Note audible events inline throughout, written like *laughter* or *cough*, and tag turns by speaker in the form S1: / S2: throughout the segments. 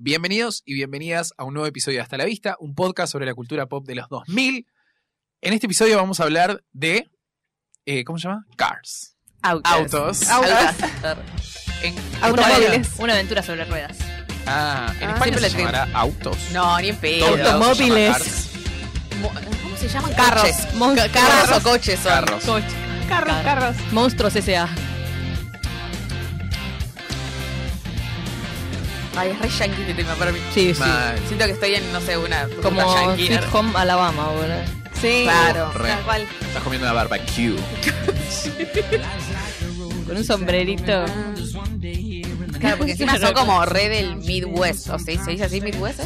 S1: Bienvenidos y bienvenidas a un nuevo episodio de Hasta la Vista, un podcast sobre la cultura pop de los 2000. En este episodio vamos a hablar de, eh, ¿cómo se llama? Cars.
S2: Autos.
S1: Autos.
S2: Autos.
S1: En,
S2: Automóviles.
S3: Una aventura sobre ruedas.
S1: Ah, en
S2: Ah,
S1: España
S2: siempre
S1: se
S2: le tengo.
S1: llamará autos.
S2: No, ni en pedo.
S1: Todos lados se llama
S3: automóviles.
S1: Cars.
S3: Mo- ¿Cómo se llaman?
S2: Carros. Mon- Carros,
S3: carros.
S2: o coches son.
S1: Carros.
S3: Coche.
S4: Carros, carros.
S3: Monstruos S.A.
S2: Ay, es re yankee este tema para mí.
S3: Sí, sí.
S1: Mal.
S2: Siento que estoy en, no sé, una
S3: Como
S2: ruta yankee,
S3: Sweet
S2: ¿no?
S3: Home Alabama, boludo.
S4: Sí.
S2: Claro.
S1: Re.
S4: Tal cual.
S1: Estás comiendo una barbecue.
S3: Con un sombrerito.
S2: Claro, porque encima
S3: Claro.
S2: son como re del Midwest. O sea, ¿se dice así Midwest?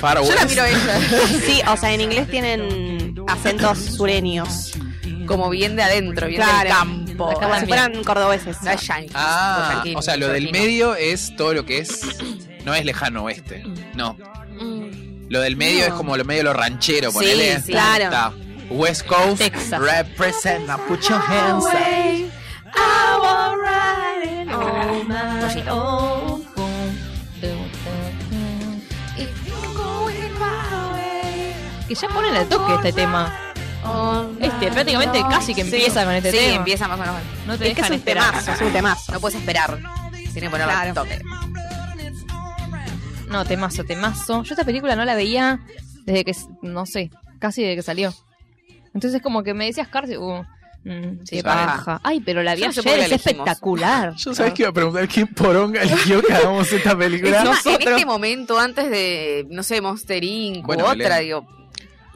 S1: Far
S2: Yo la
S1: West.
S2: miro a *laughs* ella
S4: Sí, o sea, en inglés tienen acentos sureños.
S2: como bien de adentro, bien
S4: Claro.
S2: del campo.
S3: Acá
S4: Como si
S3: también.
S4: fueran cordobeses.
S2: No es yankee.
S1: Ah,
S2: yankee,
S1: o sea, lo del
S2: yankee.
S1: medio es todo lo que es. No es lejano oeste. No. Lo del medio es como lo medio lo ranchero,
S2: Sí,
S1: ponele.
S2: sí.
S4: Claro.
S1: Está. West Coast
S3: Texas.
S1: represent now, put your hands up.
S3: Que ya ponen al toque este tema. Este, prácticamente casi que empieza con este
S2: Sí,
S3: tema.
S2: empieza más o menos.
S3: No te
S4: Es que es
S3: dejan
S4: un
S3: esperar.
S4: temazo, es un temazo.
S2: No puedes esperar. Tienes que ponerlo al
S4: Claro.
S2: toque.
S3: No, temazo, temazo. Yo esta película no la veía desde que, no sé, casi desde que salió. Entonces como que me decías Cars y, uh, mm, qué
S2: Sí,
S3: paja. Ay, pero la vi
S2: Yo no sé
S3: ayer,
S2: por qué
S3: es
S2: la elegimos.
S3: espectacular.
S1: *laughs* Yo sabés que iba a preguntar quién poronga eligió que hagamos esta película.
S2: Encima, en
S4: Nosotros.
S2: este momento, antes de, no sé, Monster Inc.
S1: Bueno,
S2: u otra,
S1: Belén.
S2: digo.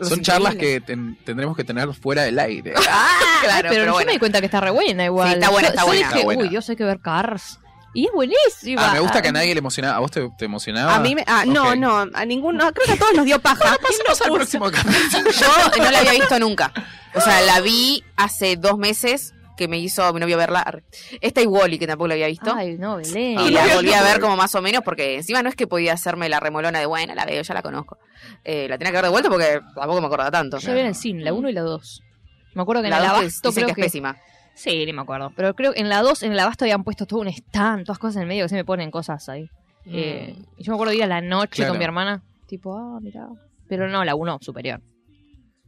S1: Son
S2: es
S1: charlas
S2: increíble.
S1: que ten- tendremos que tener fuera del aire.
S2: Ah,
S3: *laughs* Ay,
S2: claro,
S3: pero,
S2: pero,
S3: yo
S2: bueno.
S3: me di cuenta que está re buena igual.
S2: Sí, está buena,
S3: Yo-
S2: está
S3: yo
S2: buena.
S3: dije,
S1: Está buena.
S3: uy, Dios, hay que ver Cars. Y es buenísima.
S1: Ah, me gusta que a nadie le emocionaba. ¿A vos te, te emocionaba?
S4: A mí me, ah, no,
S1: Ok.
S4: no, a ninguno, creo que a todos nos dio paja.
S1: Pasemos al próximo capítulo.
S2: Yo no la había visto nunca. O sea, la vi hace dos meses que me hizo mi novio verla. Arre. Esta y Wally, que tampoco la había visto.
S3: Ay, no, Belén.
S1: Ah,
S2: y la
S1: Wall-E
S2: volví a
S1: tampoco.
S2: ver como más o menos, porque encima no es que podía hacerme la remolona de bueno, la veo, ya la conozco. Eh, la tenía que ver de vuelta porque tampoco me acordaba tanto.
S3: Yo la vi en el cine, la 1 y la 2. Me acuerdo que en
S2: La
S3: la
S2: dos que
S3: Abasto
S2: dicen
S3: creo
S2: que es pésima.
S3: Sí, ni me acuerdo. Pero creo que en la 2, en el abasto habían puesto todo un stand, todas cosas en el medio que se me ponen cosas ahí. Eh, y yo me acuerdo de ir a la noche
S1: Mm. Claro.
S3: con mi hermana, tipo, ah, mirá. Pero no, la 1 superior.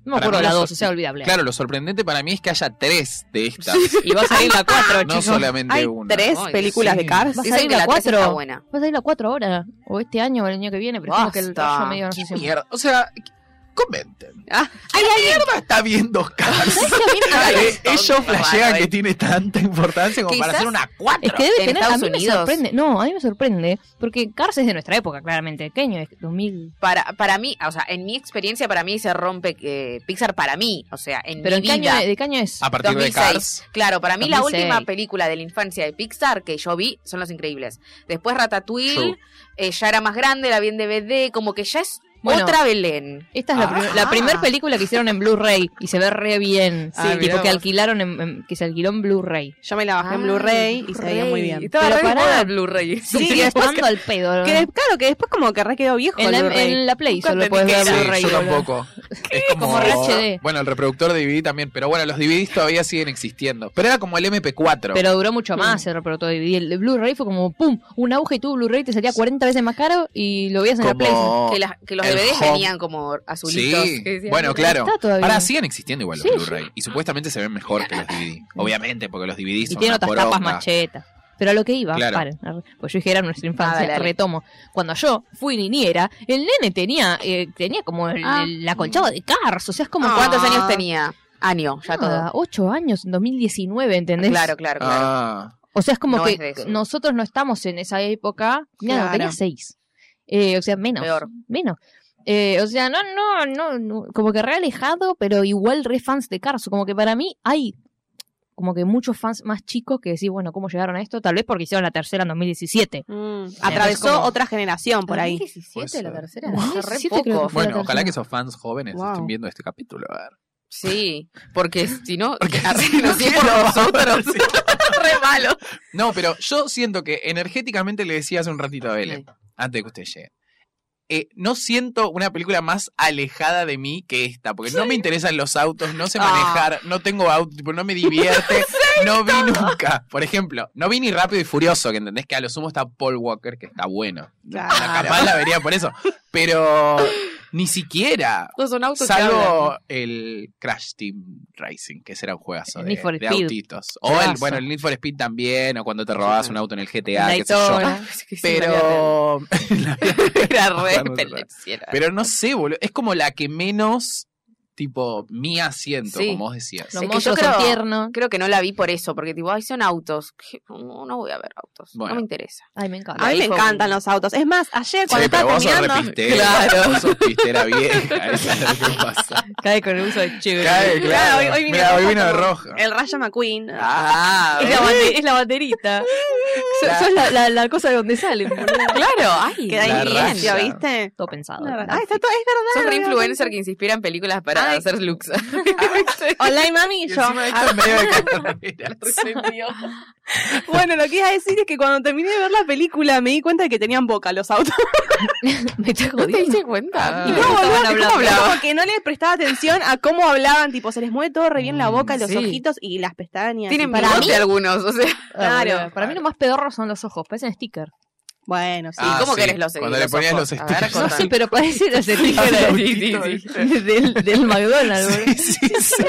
S3: No me
S1: Para
S3: acuerdo
S1: mí
S3: de la
S1: lo
S3: 2,
S1: so-
S3: o sea, olvidable.
S1: Claro, lo sorprendente para mí es que haya tres de estas.
S3: Y va a salir la 4, chicos.
S1: No solamente
S4: Hay
S1: una.
S4: tres
S2: Ay,
S4: películas
S1: sí.
S4: de Cars.
S3: Va a
S2: Dicen
S3: salir
S2: que
S3: la
S2: la tres
S3: 4.
S2: está buena.
S3: Va a salir Pues la 4 ahora. O este año o el año que viene. Pero es que el
S2: Basta.
S3: rollo medio no sé si- *laughs*
S1: Mierda. O sea, comenten.
S2: Ah,
S1: ¿Quién mierda está viendo
S3: *laughs*
S1: Cars?
S3: ¿Sabes qué? A mí no me
S2: Ay,
S3: parece-
S1: Eh, Ellos
S2: tonto,
S1: flashean
S2: bárbaro,
S1: que
S2: eh.
S1: tiene tanta importancia como para
S2: Quizás-
S1: hacer una
S3: Es
S1: cuatro.
S3: que debe
S2: En
S3: tener,
S2: Estados
S3: a mí
S2: Unidos.
S3: me sorprende, no, a mí me sorprende, porque Cars es de nuestra época, claramente, ¿qué año es? 2000.
S2: Para, para mí, o sea, en mi experiencia, para mí se rompe eh, Pixar para mí. O sea, en
S3: Pero
S2: mi
S3: ¿en qué año,
S2: vida.
S3: es- ¿de qué año es?
S1: A partir de
S2: 2006.
S1: Cars.
S2: Claro, para mí la
S3: 2006.
S2: última película de la infancia de Pixar que yo vi son Los Increíbles. Después Ratatouille,
S1: True.
S2: eh, ya era más grande, la vi en DVD, como que ya es
S3: Bueno.
S2: otra Belén.
S3: Esta es la,
S1: Ah.
S3: prim- la primera película que hicieron en Blu-ray y se ve re bien.
S1: Ah, mirá
S3: tipo que
S1: vos.
S3: alquilaron, en- en- que se alquiló en Blu-ray.
S4: Yo me la bajé en
S2: Ah,
S4: Blu-ray y se veía muy bien.
S2: Estaba
S3: Pero
S2: re de
S3: pará.
S2: moda el Blu-ray.
S3: Sí, *laughs* sigue estando al pedo.
S2: *laughs*
S3: ¿no?
S4: Que de- claro, que después como que re quedó viejo
S3: en, la,
S4: el Blu-ray.
S3: en la Play
S2: Nunca
S3: solo puedes
S2: entendí
S3: ver
S2: qué era.
S1: Sí,
S3: Blu-ray.
S1: yo
S3: boludo. *laughs*
S1: tampoco. Es como,
S3: Como re HD.
S1: Bueno, el reproductor de DVD también. Pero bueno, los DVDs todavía siguen existiendo. Pero era como el MP4.
S3: Pero duró
S2: Mm.
S3: mucho más el reproducto de DVD. El de Blu-ray fue como pum, un auge y tu Bluray te salía 40 veces más caro y lo veías en la Play.
S1: como...
S2: Que, las- que los
S1: el
S2: DVDs
S1: home.
S2: venían como azulitos.
S1: Sí,
S2: que decían,
S1: bueno, claro.
S3: Está todavía.
S1: Ahora siguen existiendo igual los
S3: Sí,
S1: Blu-ray. Y supuestamente se ven mejor que los DVD. Obviamente, porque los DVD son
S3: Y tiene
S1: una
S3: otras
S1: poronga.
S3: tapas machetas. Pero a lo que iba,
S1: Claro.
S3: paren, arre, pues yo dije era nuestra infancia,
S2: Ah, dale, dale.
S3: retomo. Cuando yo fui niñera, el nene tenía eh, tenía como el-
S2: Ah.
S3: el- la colchada de Cars, o sea, es como
S2: ¿Cómo ¿Cuántos
S4: Ah.
S2: años tenía? Año, ya todo.
S3: Ah, ocho años en 2019, ¿entendés?
S2: Claro, claro, claro.
S1: Ah,
S3: O sea, es como
S2: No es de
S3: que
S2: eso.
S3: nosotros no estamos en esa época. Mira,
S4: Claro.
S3: tenía seis. Eh, o sea, menos.
S2: Peor.
S3: Menos. Eh, o sea, no, no, no, no, como que re alejado, pero igual re fans de Cars. Como que para mí hay como que muchos fans más chicos que decís, bueno, ¿cómo llegaron a esto? Tal vez porque hicieron la tercera en 2017.
S4: Mm, atravesó
S3: como-
S4: otra generación
S3: Ah,
S4: por ahí.
S2: 2017 la tercera.
S3: Puede
S2: hace
S3: ser.
S2: re
S3: 2017 creo
S2: poco.
S3: que fue.
S1: bueno,
S3: la
S1: ojalá
S3: tercera.
S1: que esos fans jóvenes
S4: Wow.
S1: estén viendo este capítulo. A ver.
S2: Sí, porque si no,
S1: Porque
S2: *laughs* arre, no
S1: si
S2: sé
S1: *laughs*
S2: por
S1: no,
S2: *laughs* nosotros.
S1: sí.
S2: re malo.
S1: No, pero yo siento que energéticamente le decía hace un ratito a Bele, antes de que usted llegue. eh, no siento una película más alejada de mí que esta, porque no me interesan los autos, no sé
S2: Ah. *laughs*
S1: manejar, no tengo auto, tipo, no me divierte. no vi nunca. Por ejemplo, no vi ni Rápido y Furioso, que entendés que a lo sumo está Paul Walker, que está bueno. Capaz la vería por eso. Pero ni siquiera.
S2: No son autos que
S1: Salvo *laughs*
S2: hablan.
S1: el Crash Team Racing, que será un juegazo
S3: El
S1: de,
S3: Need for
S1: de
S3: Speed.
S1: autitos. O el,
S2: Juegazo.
S1: bueno, el Need for Speed también, o cuando te robabas un auto en el GTA, qué sé yo.
S3: Daytona.
S2: Es que Ah, sí,
S1: Pero. *laughs*
S2: Era
S1: Ojalá
S2: re
S1: no se lo-
S2: pendenciera.
S1: Pero no sé, boludo. Es como la que menos, tipo, mía siento,
S2: Sí.
S1: como vos decías.
S3: Lo
S2: Es que
S3: mozo,
S2: yo creo-
S3: son tierno.
S2: Creo que no la vi por eso, porque tipo, ay, son autos. *laughs* Que- No, no voy a ver autos.
S1: Bueno.
S2: No me interesa.
S3: Ay, me encanta.
S4: A mí me
S2: Ahí fue
S4: encantan
S2: un-
S4: los autos. Es más, ayer cuando
S1: Sí, pero
S4: estaba
S1: vos sos
S4: caminando.
S1: repistera.
S2: Claro.
S1: Vos sos pistera vieja. *laughs* Eso es lo que pasa.
S3: Cae con el uso de chivo.
S1: Cae, claro.
S4: *laughs* Claro, hoy- hoy vine
S1: Mirá, hoy
S4: roja
S1: vino de
S4: como-
S1: rojo.
S4: El Rayo McQueen.
S1: Ah,
S3: Es la, bande- es la
S2: *laughs*
S3: banderita. So-
S1: La-
S3: Sos la, la, la cosa de donde salen, boludo.
S2: Claro, ay.
S4: Queda
S1: La
S4: inicio,
S1: raya.
S4: ¿viste?
S3: Todo pensado.
S4: La raya.
S3: Ah,
S4: Ah, está todo, es verdad.
S2: Sos re
S4: verdad. *laughs*
S2: influencer que se inspira en películas para
S4: Ay.
S2: hacer looks.
S4: Online mami
S1: y
S4: y yo.
S1: encima esto es medio de carrera.
S4: Bueno, lo que iba a decir es que cuando terminé de ver la película me di cuenta de que tenían boca los autos.
S3: *laughs* Me está
S2: ¿No *laughs* te
S3: jodiendo.
S2: diste cuenta?
S1: Ah.
S2: ¿Y cómo
S4: boludo,
S2: estaban
S4: que
S2: hablando?
S4: como- como que no les prestaba atención a cómo hablaban, tipo, se les mueve todo re bien la
S1: Mm,
S4: boca, los
S2: sí.
S4: ojitos y las pestañas.
S2: Tienen
S4: y-
S3: Para
S2: bigote
S3: mí-
S2: algunos, o sea.
S3: Ah,
S4: Claro.
S3: boludo. Para mí lo más pedorro son los ojos, parecen stickers.
S4: Bueno, sí.
S1: Ah,
S2: ¿Cómo
S1: sí,
S2: querés los
S1: cuando
S2: los
S1: le ponías
S2: ojos?
S1: los
S2: A ver,
S1: stickers.
S3: No *laughs*
S2: contame. *laughs*
S3: sé, pero parecen los stickers
S1: Sí, sí,
S3: de-
S1: sí.
S3: de- del, del McDonald's, boludo.
S1: Sí, sí, sí.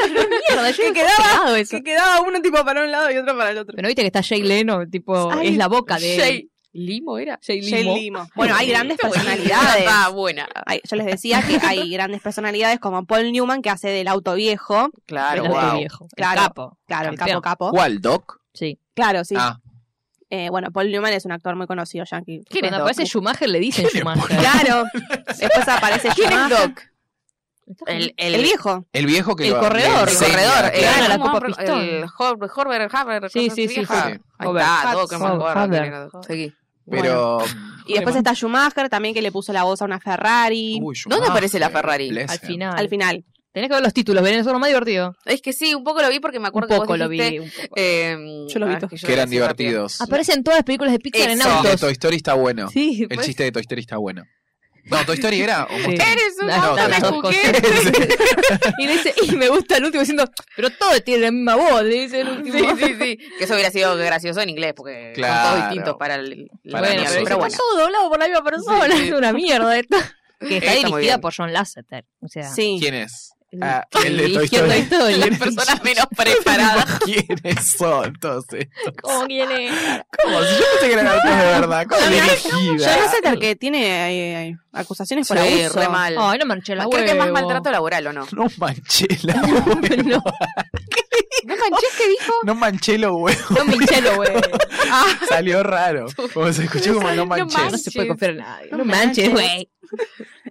S3: Mierda, yo
S4: Que
S3: he
S4: quedaba-
S3: quedaba eso.
S4: Que quedaba uno tipo para un lado y otro para el otro.
S3: Pero viste que está Jay Leno, tipo,
S4: Ay,
S3: es la boca de
S2: Jay Limo era.
S3: Jay
S4: Jay
S3: Limo.
S4: Limo. Bueno,
S2: *laughs*
S4: hay grandes personalidades.
S2: Está Ah, buena.
S4: Ay, yo les decía que
S2: *laughs*
S4: hay grandes personalidades como Paul Newman que hace del auto viejo.
S2: Claro,
S3: El
S1: Pero-
S2: guau.
S1: wow.
S3: auto este viejo. El
S4: Claro.
S3: capo.
S4: Claro, el
S3: Campeón.
S4: capo capo.
S1: ¿Cuál, Doc?
S3: Sí.
S4: Claro, sí.
S1: Ah,
S4: Eh, bueno, Paul Newman es un actor muy conocido, yankee.
S3: ¿Quién Cuando
S4: Doc?
S3: aparece Schumacher le dicen
S1: ¿Quién es
S3: Schumacher.
S2: *laughs*
S4: Claro. Después aparece
S2: ¿Quién es
S4: Schumacher.
S2: Doc? El, el,
S4: El viejo.
S1: el viejo que
S3: El
S1: lo-
S3: corredor,
S1: le
S2: el
S3: Sí,
S1: enseña,
S2: corredor.
S1: claro.
S2: eh,
S3: Gana la
S2: ¿cómo
S3: Copa
S2: abro-
S3: Pistón.
S2: El Hor- Horber, Haber.
S3: Sí,
S2: cosas
S3: sí,
S2: así,
S3: sí,
S2: ajá.
S1: sí.
S2: Ahí
S3: Horber.
S2: está, Doc,
S4: Hudson.
S2: que me acuerdo.
S3: Haber.
S2: tiene dos. Seguí.
S1: Pero.
S4: Y después
S3: Bueno.
S4: está Schumacher también que le puso la voz a una Ferrari.
S1: Uy,
S2: ¿Dónde
S1: Schumacher,
S2: aparece la Ferrari?
S1: Bless
S3: Al
S1: him.
S3: final.
S4: Al final.
S3: Tenés que ver los títulos, ven, eso es lo más divertido.
S2: Es que sí, un poco lo vi porque me
S3: Un
S2: acuerdo que
S3: poco
S2: vos
S3: lo
S2: dijiste,
S3: vi. un poco.
S2: eh,
S4: Yo lo vi
S2: ah,
S4: todo.
S2: es yo
S1: Que eran
S2: lo voy a decir
S1: divertidos.
S3: Aparecen todas las películas de Pixar en
S2: Eso.
S1: El de
S3: autos.
S1: Toy Story está bueno.
S3: Ah, Sí,
S1: El
S3: pues.
S1: chiste de Toy Story está bueno. No, Toy Story era. o
S3: Sí.
S1: Monster
S2: rápido. Eres un
S3: No,
S1: no,
S2: auto
S1: las
S2: de
S3: dos cosas.
S2: juguete.
S3: Y le dice, y me gusta el último diciendo, pero todos tienen la misma voz, le dice el último.
S2: Sí, sí, sí. *laughs*
S3: *laughs*
S2: Que eso hubiera sido gracioso en inglés, porque
S1: Claro.
S2: son todos distintos para el.
S1: Para
S2: bueno,
S1: nosotros.
S2: pero bueno.
S1: *laughs*
S3: está todo doblado por la misma persona,
S2: Sí, sí.
S3: es una mierda esto. Que *laughs* está,
S2: Está muy
S3: dirigida
S2: bien.
S3: por John Lasseter. O sea,
S4: Sí.
S1: ¿Quién es?
S3: el-
S1: Ah, el de Toy
S3: dirigiendo
S1: Story.
S3: esto, el-
S2: *laughs*
S3: *laughs*
S2: Las
S1: *laughs*
S2: personas menos *laughs* preparadas.
S1: ¿Quiénes son entonces?
S3: ¿Cómo viene?
S1: ¿Cómo? Si yo pensé que eran autos de verdad. ¿Cómo dirigida?
S4: Yo no sé el que tiene eh, acusaciones por
S2: Sí,
S4: abuso.
S2: re mal.
S3: Ay, no manché la
S2: Creo que es más
S3: huevo.
S2: maltrato
S3: *laughs*
S2: laboral, ¿o no?
S1: No manché la huevo.
S3: No,
S2: *laughs* ¿No manches que *laughs* dijo?
S1: No manché lo huevo.
S3: no manché la huevo.
S1: Salió raro. Como se escuchó como no manché.
S3: No se puede confiar en nadie.
S4: No
S3: No manches,
S4: manches.
S3: güey.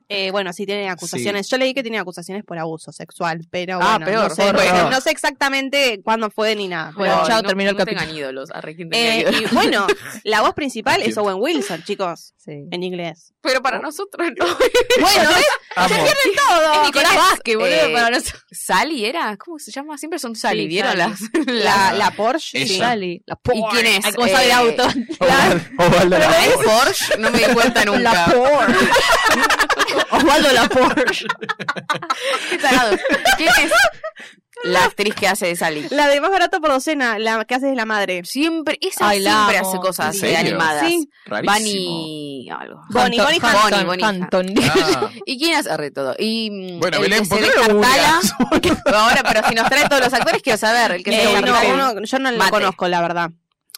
S4: Eh, bueno, sí tiene acusaciones. Yo leí que tiene acusaciones por abuso sexual, pero
S2: Ah,
S4: bueno,
S2: peor.
S4: no, sé,
S2: Horror.
S4: bueno, no sé exactamente cuándo fue ni nada.
S3: Bueno,
S4: pero-
S3: chao, terminó el
S2: no
S3: capítulo.
S2: tengan ídolos. Arre, ¿quién tenía
S4: Eh,
S2: ídolos?
S4: y bueno, la voz principal es
S1: Entiendo.
S4: Owen Wilson, chicos,
S3: *laughs* Sí.
S4: en inglés.
S2: Pero para nosotros *laughs* no.
S4: Bueno, ¿ves?
S1: Amo.
S4: todo.
S2: Es Nicolás Vázquez, boludo,
S4: eh,
S2: para nosotros. ¿Sally era? ¿Cómo se llama? Siempre son Sally,
S3: Sí,
S2: ¿vieron
S3: Sally.
S2: las? *laughs*
S4: La, la Porsche.
S1: Ah. Ella.
S4: sí.
S3: Sally, la
S2: ¿Y quién es?
S3: Ay, cómo sabe de *laughs*
S2: Eh,
S3: auto.
S1: Ovaldo
S2: ¿La
S1: la voz.
S2: Porsche? No me di *laughs*
S3: La
S2: cuenta nunca.
S3: Porsche. Osvaldo la Porsche.
S2: Qué tarado. ¿Quién *laughs* es la actriz que hace de Sally?
S4: La de más barato por docena, la que hace de la madre.
S2: Siempre, esa
S3: Ay, la
S2: siempre
S3: amo.
S2: hace cosas
S1: ¿En
S2: de
S1: serio?
S2: animadas.
S4: Sí.
S1: Rarísimo.
S2: Bunny algo.
S4: Bonnie, Bonnie
S2: Hampton, Bonnie
S3: Hampton.
S1: Ah.
S2: ¿Y quién hace arre todo? Y, mm,
S1: Bueno,
S2: el
S1: Belén,
S2: que
S1: ¿por
S2: se
S1: qué no lo
S2: descartala-
S1: googleás?
S2: *laughs* Ahora, pero si nos trae todos los actores, quiero saber. El que se
S4: Eh, no,
S2: descartala-
S4: uno- yo no la
S2: Mate.
S4: conozco, la verdad.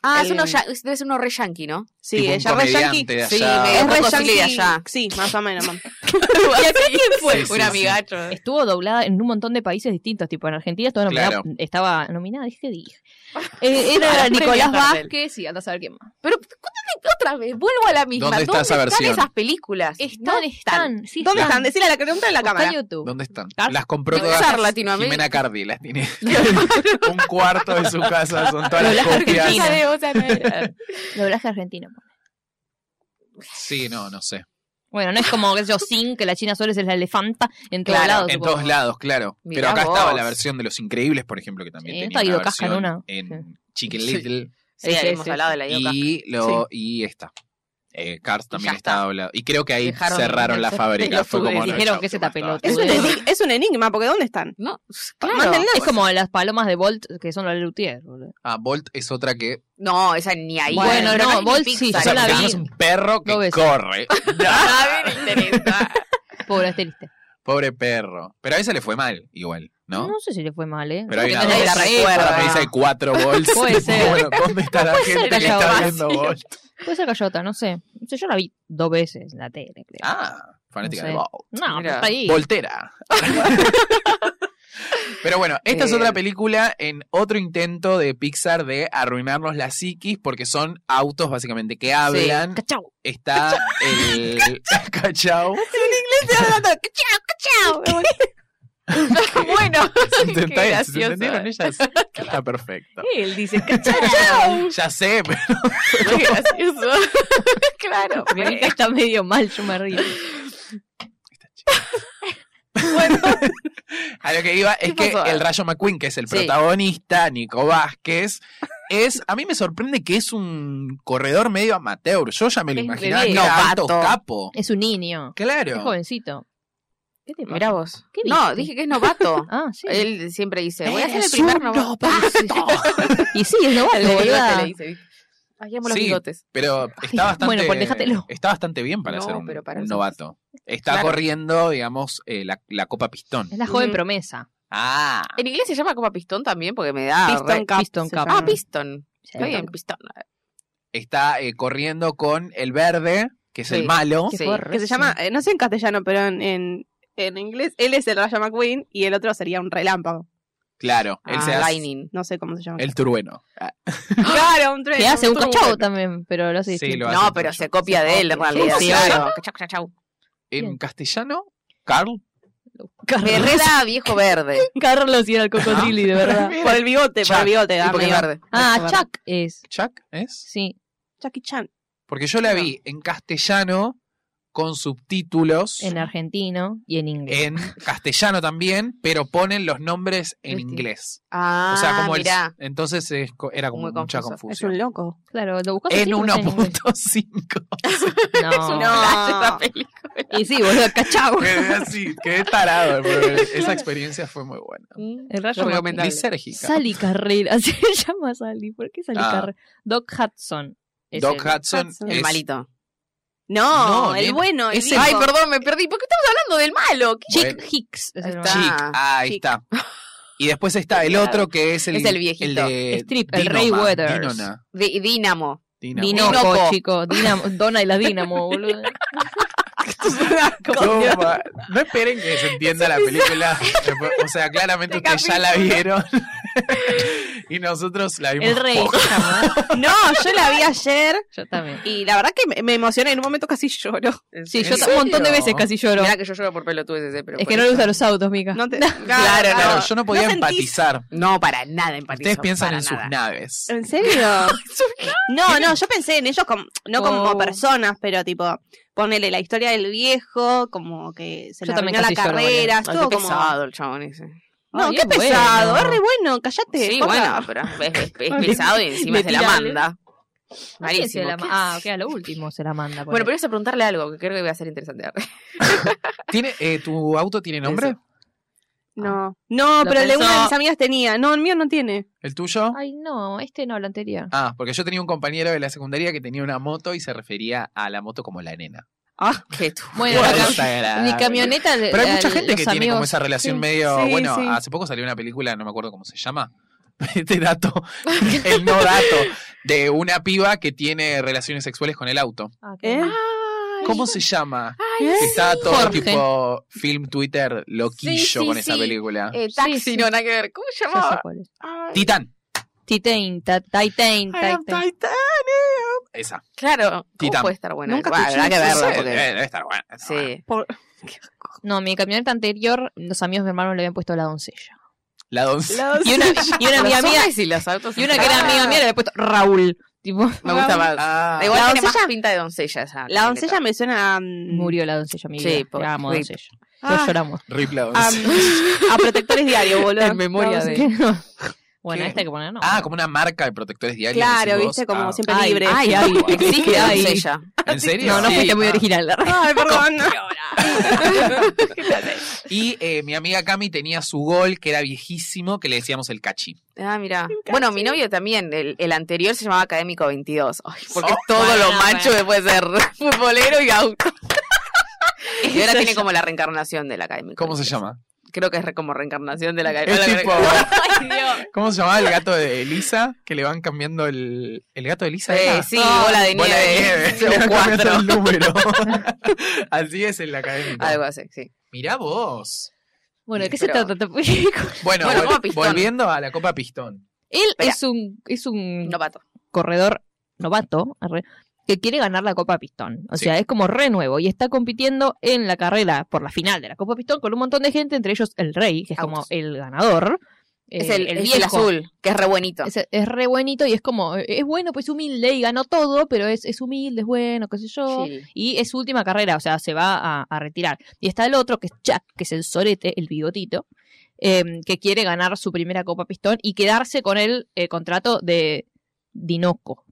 S2: Ah, es
S4: el-
S2: uno, ya- debe ser uno re yankee, *laughs* ¿no?
S4: Sí,
S1: Tipo un
S4: ella es re yankee.
S1: comediante de
S2: Sí,
S1: allá.
S2: me-
S4: Ah, Es re
S2: Poco Silvia
S4: yankee.
S2: ya.
S4: Sí, más o menos. más.
S2: *laughs* ¿Y acá quién
S1: fue? Sí, sí,
S2: un
S1: sí.
S2: amigacho.
S3: Estuvo doblada en un montón de países distintos, tipo en Argentina estaba nominada,
S1: Claro.
S3: estaba nominada, dije, dije. Eh, era
S2: Los premios
S3: Nicolás
S2: Gardel.
S3: Vázquez y anda a saber quién más.
S2: Pero cuéntame otra vez, vuelvo a la misma.
S1: ¿Dónde
S2: ¿Dónde,
S1: está esa versión?
S2: están esas películas?
S3: Están, están, sí,
S4: *laughs* ¿Dónde están? Decirle a la pregunta de la
S3: Está en
S4: cámara.
S3: YouTube.
S1: ¿Dónde están?
S3: Car-
S1: Las compró
S2: Debe
S1: todas.
S2: ser Latinoamérica.
S1: Jimena Cardi las tiene. *laughs* Un cuarto de su casa son todas las
S3: Doblaje
S1: copias.
S3: argentino.
S2: de otra manera.
S3: Doblaje argentino.
S1: Sí, no, no sé.
S3: Bueno, no es como que yo sin que la China Suárez es la elefanta en todos
S2: Claro,
S3: lados.
S1: En
S3: supongo.
S1: todos lados, claro.
S2: Mirá
S1: Pero acá
S2: vos.
S1: estaba la versión de Los Increíbles, por ejemplo, que también
S3: Sí,
S1: tenía
S3: está
S1: una
S3: Guido Casca en
S1: versión
S3: una.
S1: en Chicken Little
S2: Sí,
S3: Sí, sí,
S2: hemos
S3: sí,
S2: hablado de la Ioca.
S1: y, lo, y esta. eh, Cars también
S2: ya
S1: está
S2: está.
S1: doblado. Y creo que ahí
S2: Dejaron de
S1: cerraron la
S2: hacer
S1: fábrica. Fue como,
S2: pelotudes.
S1: no,
S3: Dijeron
S1: chau,
S3: que se
S1: basta.
S3: tapeló.
S4: Es un,
S2: Bueno.
S4: eni- es un enigma, porque ¿dónde están?
S2: No, claro.
S4: Mándenla.
S3: Es como las palomas de Bolt que son los Lutier, boludo.
S1: Ah, Bolt es otra que.
S2: No, esa ni ahí.
S3: Bueno,
S2: Pero
S3: no,
S2: es ni
S3: Bolt
S2: Pixar.
S3: sí,
S1: O
S3: yo
S1: sea,
S3: la
S1: Pegaso
S3: vi.
S1: es un perro que
S3: Dos veces.
S1: corre.
S2: A mí me *laughs* interesa.
S3: Pobre Asteriste.
S1: Pobre perro. Pero a ese le fue mal, igual, ¿no?
S3: ¿No? sé si le fue mal, ¿eh.
S1: Pero hay
S2: Porque
S1: una
S2: nadie la
S1: dos-
S2: recuerda.
S1: para pedirse de cuatro Bolts.
S3: Puede
S1: *laughs*
S3: ser.
S1: Bueno, ¿dónde está la
S3: ser
S1: gente que
S3: que haya
S1: está
S3: más,
S1: viendo
S3: sí.
S1: Bolt?
S3: Puede ser Gallota, no sé. No sé, yo la vi dos veces en la tele, creo.
S1: Ah, fanática
S3: No
S1: de
S3: sé.
S1: Bolt.
S3: no,
S2: mira.
S3: pero está ahí.
S1: Voltera. *laughs* Pero bueno, esta es
S2: Eh.
S1: otra película en otro intento de Pixar de arruinarnos la psiquis porque son autos básicamente que hablan.
S3: Cachau.
S1: Está el cachao.
S2: *laughs* bueno, qué
S1: ¿Intentáis? ¿Se
S2: gracioso.
S1: entendieron ellas? Está perfecto.
S2: Él dice, cachao.
S1: Ya sé, pero
S2: qué *laughs* gracioso. claro.
S3: Mi hija está medio mal, yo me río.
S1: a lo que iba es
S2: ¿Qué
S1: que
S2: pasó?
S1: el Rayo McQueen, que es el
S2: Sí.
S1: protagonista, Nico Vázquez, es. A mí me sorprende que es un corredor medio amateur. Yo ya me lo
S2: Es
S1: imaginaba que
S2: medio
S1: era alto
S2: novato.
S1: capo.
S3: Es un niño. Es
S1: Claro.
S3: jovencito. ¿Qué te pasa?
S2: Mira vos.
S3: ¿Qué
S2: No,
S3: dijiste?
S2: dije que es novato.
S3: Ah, *laughs* sí.
S2: Él siempre dice, voy a ser el
S1: Eres
S2: primer
S1: un
S2: novato.
S3: Y sí, *laughs* es lo
S2: El de
S3: boluda.
S2: bigote *laughs* le dice, ¿viste? Ay, amo los
S1: Sí,
S2: bigotes.
S1: Pero está
S3: Ay,
S1: bastante,
S3: bueno, pues déjatelo.
S1: está bastante bien para
S2: No,
S1: ser un,
S2: pero para
S1: un
S2: los
S1: novato. Está
S2: Claro.
S1: corriendo, digamos, eh, la, la Copa Pistón.
S3: Es la joven
S2: Mm.
S3: promesa.
S1: Ah,
S2: En inglés se llama como pistón también porque me da...
S4: Piston
S2: re-
S4: Cup.
S3: Piston
S4: se
S3: Cup.
S2: Ah,
S4: llama.
S2: pistón. Está bien, pistón.
S1: está eh, corriendo con el verde, que es
S2: Sí.
S1: el malo.
S2: Sí.
S4: Que se llama, eh, no sé en castellano, pero en, en, en inglés, él es el Rayo McQueen y el otro sería un relámpago.
S1: Claro, él se
S2: Ah,
S1: hace
S2: Lightning.
S4: No sé cómo se llama.
S1: el turueno. Ah,
S4: *laughs* Claro, un tren.
S3: Que hace un
S4: trueno.
S3: cachau también, pero lo hace
S1: Sí,
S3: distinto.
S1: lo hace
S2: No, pero
S1: mucho.
S2: se copia de él en realidad.
S3: Sí,
S2: claro. Cachau, cachau,
S1: En
S3: Bien.
S1: castellano, Carl.
S2: cachau. Herrera viejo verde.
S1: *laughs*
S3: Carlos y era el
S1: Ah.
S3: cocodrilo, de verdad.
S1: Mira,
S4: Por el bigote, por
S1: Chuck.
S4: el bigote. da
S2: porque es
S4: medio-
S2: verde.
S3: Ah,
S4: Verde.
S3: Chuck es.
S1: Chuck es.
S3: Sí.
S4: Chucky Chan.
S1: Porque yo la vi en castellano con subtítulos.
S3: En argentino y en inglés.
S1: en castellano también, pero ponen los nombres en
S2: Viste.
S1: inglés.
S2: Ah,
S1: o sea, como el-
S2: mirá.
S1: entonces es co- era como
S2: Muy
S1: mucha
S2: confuso.
S4: Es
S1: confusión.
S4: un loco.
S3: claro, lo buscas
S1: En
S3: así, pero está en inglés.
S1: *laughs* 1.5.
S3: No. *laughs*
S4: No.
S2: Ah, esa película.
S3: Y sí,
S1: *laughs*
S3: boludo, cachau.
S1: Quedé así, quedé *laughs* tarado. pero Esa experiencia fue muy buena.
S3: El rayo
S2: Recomendable.
S1: Lisérgica.
S3: Sally Carrera, *laughs* se llama Sally. ¿Por qué Sally
S1: Ah.
S3: Carrera? Doc Hudson. es
S1: Doc
S3: el-
S1: Hudson
S4: Hudson.
S1: es
S2: El malito.
S4: No,
S1: No,
S4: el
S1: nena,
S4: bueno. El
S1: es el-
S4: vivo.
S2: Ay,
S1: *laughs*
S2: perdón, me perdí. ¿Por qué estamos hablando del malo? ¿Qué?
S3: Chick
S1: Bueno.
S3: Hicks. es el
S2: Ahí
S1: chic.
S3: nombre.
S2: Ah,
S1: Ah, ahí
S4: chic.
S1: está. Y después está el otro que es el,
S2: Es el viejito.
S1: de
S3: Strip, el
S1: Dinoma,
S3: Ray Weathers.
S1: Dinona,
S2: Di- Dínamo.
S1: Dinamo.
S3: Dinoco,
S2: Dinoco.
S3: chico. Dinamo, Dona y
S1: *laughs*
S3: la Dinamo, boludo. *laughs*
S1: Toma. No esperen que se entienda la película. *laughs* O sea, claramente
S2: Este
S1: ustedes ya la vieron. *laughs* y nosotros la vimos.
S3: El rey
S1: poco.
S3: se llama.
S4: No, yo la vi ayer
S3: Yo también.
S4: y la verdad que me, me emocioné. En un momento casi lloro.
S3: *laughs* Sí,
S1: ¿En
S3: yo
S1: serio?
S3: un montón de veces casi lloro.
S2: Mirá que yo lloro por pelotudes ese, pero
S3: Es
S2: por
S3: que no le
S2: eso.
S3: gustan los autos, mica.
S4: No te-
S2: Claro,
S1: Claro, yo no podía
S4: sentís-
S1: empatizar.
S2: No, para nada empatizo.
S1: Ustedes piensan
S2: para
S1: en sus
S2: nada.
S4: *laughs*
S1: naves.
S3: *laughs*
S4: ¿En serio? no, no, yo pensé en ellos como, no como
S3: Oh.
S4: personas, pero tipo, ponele la historia del viejo, como que se
S3: Yo
S4: le
S3: también
S4: arruinó la
S3: casi lloro,
S4: carrera,
S2: Ay,
S4: estuvo
S2: qué
S4: como...
S2: pesado el chabón ese.
S4: No,
S3: Ay,
S4: qué
S3: es bueno.
S4: pesado, es re bueno, callate.
S2: Sí,
S4: posta.
S2: bueno, pero es, es-
S3: *laughs*
S2: es pesado y encima
S3: Le
S2: se la
S3: tira-
S2: manda.
S3: ¿A quién se
S2: Malísimo.
S3: la
S2: ¿Qué
S3: ma- Ah,
S2: hace?
S3: ok, a lo último se la manda. por
S2: Bueno,
S3: ahí.
S2: pero es a preguntarle algo que creo que va a ser interesante.
S1: ¿Tiene, eh, ¿Tu auto tiene nombre?
S4: No, no,
S3: Lo
S4: pero el de una de
S3: pensó.
S4: mis amigas tenía. No, el mío no tiene.
S1: ¿El tuyo?
S3: Ay, no, este no, el anterior.
S1: Ah, porque yo tenía un compañero de la secundaria que tenía una moto y se refería a la moto como la nena.
S2: *laughs* Qué tu-
S3: Ah, Bueno,
S1: Qué
S3: la cam-
S1: desagradable.
S3: mi camioneta.
S1: Ah, Pero hay mucha
S3: el-
S1: gente
S3: los
S1: que tiene como
S3: amigos-
S1: esa relación
S3: sí.
S1: medio.
S4: Sí,
S1: bueno,
S4: sí.
S1: hace poco salió una película, no me acuerdo cómo se llama. *laughs* Este dato, *laughs* el no dato, de una piba que tiene relaciones sexuales con el auto.
S3: Ah, qué
S4: ¿Eh?
S3: mal.
S1: ¿Cómo se llama?
S4: ¿Eh?
S1: Que Estaba todo
S3: Jorge.
S1: tipo film, Twitter, loquillo
S2: Sí, sí,
S1: con esa
S2: sí.
S1: película.
S2: Eh,
S3: Sí,
S2: taxi,
S3: sí.
S2: no, nada que ver. ¿Cómo se
S3: Ya sé
S2: llamaba?
S3: cuál es.
S2: Ay,
S1: Titán.
S3: Titan, ta- Titan,
S1: I am
S3: Titan.
S1: titanium. Esa.
S2: Claro, ¿cómo
S1: Titán.
S2: puede estar buena?
S4: Nunca
S2: Va,
S4: escuché
S2: habrá que
S4: eso.
S2: verla
S1: Sí,
S2: porque...
S1: debe estar buena, está buena.
S2: Sí.
S4: Por-
S3: No, mi camioneta anterior, los amigos de mi hermano le habían puesto la doncella.
S1: La doncella.
S4: Los-
S3: Y una, y una amiga
S2: Los
S3: mía,
S2: hombres y los autos
S3: y una que era
S2: entraban.
S3: amiga mía le había puesto Raúl. Tipo,
S2: Me gusta más.
S1: Ah.
S2: Igual
S4: La
S2: tiene más
S4: doncella-
S2: pinta de doncella esa.
S4: La doncella me suena a. mm,
S3: murió la doncella, mi
S2: Sí,
S3: vida.
S2: pobre,
S3: La amo,
S2: rip.
S3: doncella. Todos
S4: Ah.
S3: lloramos.
S1: Rip la
S4: a,
S1: doncella.
S4: a protectores diarios, boludo.
S2: En memoria
S4: La
S2: de-
S4: doncella.
S3: ¿Qué? No. *laughs* Bueno,
S1: ¿Qué?
S3: esta hay que poner, ¿no?
S1: Ah, como una marca de protectores diarios.
S4: Claro,
S1: decís vos.
S4: viste, como
S1: Ah.
S4: siempre
S3: Ay,
S4: libre.
S3: ay, ay,
S2: Existe
S3: existe, ay.
S2: doncella.
S1: ¿En serio?
S3: No, no
S1: Sí.
S3: fuiste muy original.
S2: *laughs*
S3: la verdad.
S4: Ay,
S3: *laughs*
S4: perdón.
S1: Y eh, mi amiga Cami tenía su gol, que era viejísimo, que le decíamos el cachi.
S2: Ah, mira. Bueno, mi novio también, el, el anterior se llamaba Académico 22. Ay, porque
S1: Oh,
S2: todo lo
S3: bueno,
S2: macho
S3: bueno.
S2: después de ser *laughs* futbolero y auto. Y ahora tiene como la reencarnación del Académico.
S1: ¿Cómo se
S2: 22.
S1: llama?
S2: Creo que es re- como reencarnación del Académico.
S1: Es
S2: Eh, Hola,
S1: tipo,
S3: Ay, Dios.
S1: *laughs* ¿Cómo se llamaba el gato de Elisa? Que le van cambiando el. ¿El gato de Elisa?
S2: Eh,
S1: era?
S2: sí, bola de
S1: Bola de nieve.
S2: *laughs* nieve.
S1: Le van cambiando
S2: Cuatro.
S1: el número.
S2: *laughs*
S1: Así es en la académica.
S2: Algo así, sí.
S1: Mirá vos.
S3: Bueno, ¿de qué
S2: Pero-
S3: se trata? pues? *laughs* esta película?
S1: Bueno,
S2: Bueno,
S1: vol-
S2: Copa Pistón.
S1: volviendo a la Copa Pistón.
S3: Él
S2: Espera.
S3: es un, es un
S2: Novato.
S3: corredor novato arre, que quiere ganar la Copa Pistón. O
S1: Sí.
S3: sea, es como re nuevo y está compitiendo en la carrera por la final de la Copa Pistón con un montón de gente, entre ellos el rey, que es como
S2: Autos.
S3: el ganador.
S2: Es
S3: eh,
S2: el, es el
S3: viejo.
S2: azul, que es re bonito.
S3: Es, es re buenito y es como, eh, es bueno, pues humilde y ganó todo, pero es, es humilde, es bueno, qué sé yo.
S2: Chill.
S3: Y es su última carrera, o sea, se va a, a retirar. Y está el otro, que es Jack, que es el sorete, el bigotito, eh, que quiere ganar su primera Copa Pistón y quedarse con el eh, contrato de Dinoco.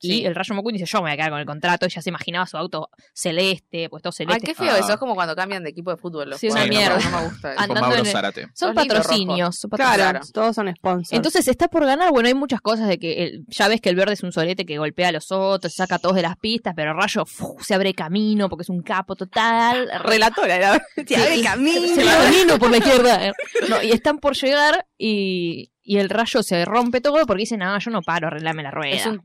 S2: Sí.
S3: Y el Rayo McQueen dice, yo me voy a quedar con el contrato, y ya se imaginaba su auto celeste, puesto
S2: Ay,
S3: celeste.
S2: qué feo
S1: Ah.
S2: eso. Es como cuando cambian de equipo de fútbol. los
S3: Sí,
S1: una
S2: jugadores.
S1: mierda.
S2: No, me gusta. eso.
S1: Con
S3: Andando
S1: Mauro
S3: en el-
S1: Zárate.
S3: son
S2: Los libros
S3: patrocinios, son
S4: Claro,
S3: patrocinios.
S4: todos son sponsors.
S3: Entonces está por ganar. Bueno, hay muchas cosas de que el- ya ves que el verde es un solete que golpea a los otros, saca a todos de las pistas, pero Rayo fu, se abre camino porque es un capo total. re-
S4: relatora era. Sí, abre
S3: y-
S4: camino.
S3: se
S4: *laughs*
S3: abre camino por la
S2: *laughs*
S3: izquierda. eh. No, y están por llegar y, y el Rayo se rompe todo porque dice, no, yo no paro, arreglame la rueda.
S2: Es un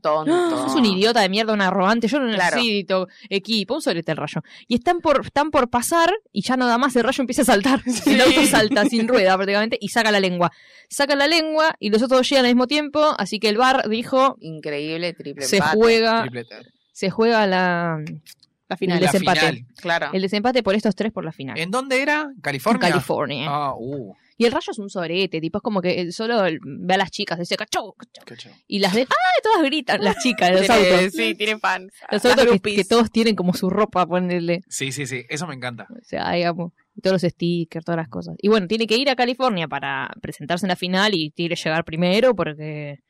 S3: *gasps*
S2: tonto.
S3: Sos un idiota de mierda, un arrogante. Yo no
S2: Claro.
S3: necesito equipo. Un solete el rayo. Y están por, están por pasar y ya nada más el rayo empieza a saltar. El auto salta sin rueda prácticamente y saca la lengua. Saca la lengua y los otros dos llegan al mismo tiempo. Así que el bar dijo:
S2: Increíble triple
S3: se
S2: empate.
S3: juega,
S1: Tripleta.
S3: se juega la,
S4: La final.
S3: El
S1: La
S3: desempate.
S1: final.
S2: Claro.
S3: el desempate por estos tres por la final.
S1: ¿En dónde era?
S3: En
S1: ¿California?
S3: California.
S1: Ah, uh,
S3: Y el rayo es un sorete, tipo, es como que él solo ve a las chicas, dice cachau, cachau",
S1: qué chido.
S3: Y las
S2: *laughs*
S3: de, ¡ah! Todas gritan, las chicas, los
S2: Tiene-
S3: autos.
S2: Sí, tiene fans.
S3: Los
S2: Las
S3: autos que-
S2: groupies.
S3: que todos tienen como su ropa, ponerle.
S1: Sí, sí, sí. Eso me encanta.
S3: O sea, digamos, y todos los stickers, todas las cosas. Y bueno, tiene que ir a California para presentarse en la final y quiere llegar primero porque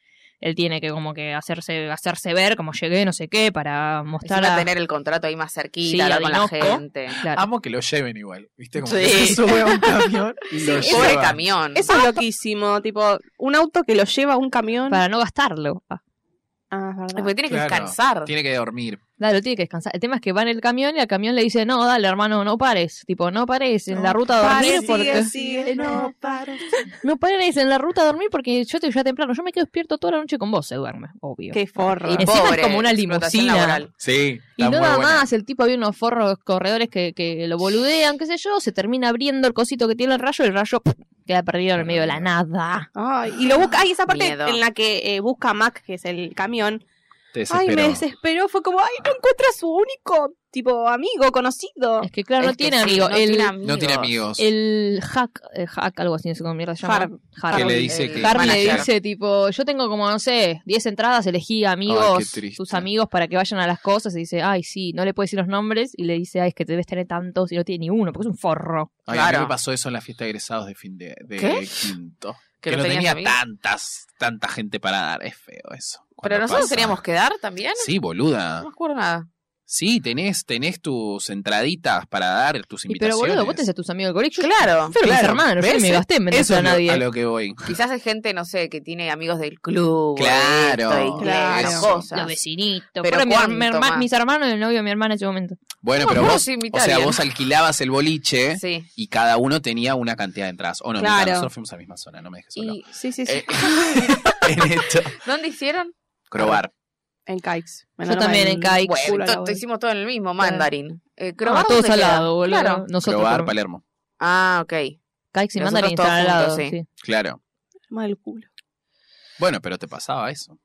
S3: él tiene que como que hacerse hacerse ver como llegué, no sé qué, para
S2: Encima
S3: mostrar a...
S2: tener el contrato ahí más cerquita,
S3: Sí,
S2: hablar
S3: a
S2: con la
S3: Dinoco.
S2: gente.
S3: Claro.
S1: Amo que lo lleven igual. ¿Viste? Como
S2: Sí.
S1: que se sube
S2: *laughs*
S1: a un camión y lo
S2: Sí, pobre
S1: llevan.
S2: camión.
S4: Eso
S3: Ah,
S4: es loquísimo, tipo, un auto que lo lleva un camión.
S3: para no gastarlo. Ah,
S4: Ah, es verdad.
S2: Porque tiene que
S1: Claro.
S2: descansar.
S1: Tiene que dormir.
S3: Claro, tiene que descansar. El tema es que va en el camión y el camión le dice, no, dale, hermano, no pares. Tipo, no pares en la ruta a dormir
S4: Sigue,
S3: porque... *laughs*
S4: sigue, no pares.
S3: No pares en la ruta a dormir porque yo te voy a temprano. Yo me quedo despierto toda la noche con vos, se duerme, obvio.
S4: Qué forro.
S3: Y encima es como una
S2: explotación
S3: limusina.
S2: laboral.
S1: Sí.
S3: Y
S1: está
S3: no
S1: muy
S3: nada
S1: buena.
S3: más, el tipo había unos forros corredores que, que lo boludean, qué sé yo, se termina abriendo el cosito que tiene el rayo y el rayo ¡pum! queda perdido en el
S1: Ah.
S3: medio de la nada.
S4: Ay, y lo busca, ay, esa parte
S2: Miedo.
S4: en la que eh, busca a Mac, que es el camión.
S1: Te
S4: Ay, me
S1: desesperó.
S4: desesperó, fue como, ay, no encuentra a su único, tipo, amigo, conocido.
S3: Es que claro, no
S2: Es que
S3: tiene
S2: sí,
S3: amigo.
S2: no
S3: el,
S2: tiene amigos.
S1: No tiene amigos.
S3: el hack, eh, hack, algo así, no sé cómo mierda se llama.
S4: Harv.
S3: Harv.
S1: Que le
S2: el-
S1: dice
S2: el
S1: que-
S3: Harv le
S2: manager.
S3: dice, tipo, yo tengo como, no sé, 10 entradas, elegí amigos,
S1: qué triste.
S3: sus amigos para que vayan a las cosas. Y dice, ay, sí, no le puede decir los nombres. Y le dice, ay, es que debes tener tantos y no tiene ni uno, porque es un forro.
S1: Ay, a mí
S2: Claro.
S1: me pasó eso en la fiesta de egresados de fin de, de
S2: ¿Qué?
S1: quinto.
S2: Que
S1: Que,
S2: no
S1: no tenía
S2: tenías amigos.
S1: tantas, tanta gente para dar. Es feo eso. Cuando
S2: Pero nosotros
S1: pasa-
S2: queríamos quedar también.
S1: Sí, boluda.
S2: No me acuerdo nada.
S1: Sí, tenés, tenés tus entraditas para dar, tus
S3: Y
S1: invitaciones.
S3: pero boludo, vos tenés a tus amigos del colegio.
S2: Claro.
S3: Pero mis
S1: Claro,
S3: hermanos, yo no
S1: ¿ves?
S3: me gasté en
S1: Eso
S3: Venezuela
S1: es
S3: a
S1: lo-
S3: nadie.
S1: a lo que voy.
S2: Quizás hay gente, no sé, que tiene amigos del club.
S1: Claro.
S2: de esto, de
S4: Claro.
S2: esas cosas.
S3: Los vecinitos.
S2: Pero
S3: Pero mi-
S2: ¿cuánto
S3: mi herma-
S2: más?
S3: mis hermanos y el novio de mi hermana en ese momento.
S1: Bueno,
S2: No,
S1: pero
S2: vos
S1: vos,
S2: sí,
S1: o
S2: mitad
S1: sea,
S2: bien.
S1: vos ¿eh? alquilabas el boliche
S2: Sí.
S1: y cada uno tenía una cantidad de entradas. O no,
S4: Claro.
S1: mirá, nosotros fuimos a la misma zona, no me dejes solo.
S2: ¿Y
S4: Sí, sí, sí.
S1: Eh, *laughs* en esto,
S2: dónde hicieron?
S1: Crobar.
S4: En Caix. Me
S3: Yo
S4: enorme
S3: también en Caix.
S2: Bueno,
S4: culo a la
S2: to-
S4: boca.
S2: hicimos todo en el mismo, Mandarin. Eh, Crobar,
S3: Ah, todos
S2: ¿dónde
S3: al
S2: queda?
S3: lado, boludo.
S2: Claro.
S3: Nosotros
S1: Crobar,
S3: por-
S1: Palermo.
S2: Ah, ok.
S3: Caix y
S2: Nosotros
S3: Mandarin
S2: todos
S3: están al lado.
S2: juntos, sí.
S3: sí.
S1: Claro.
S4: Mal el culo.
S1: Bueno, pero te pasaba eso.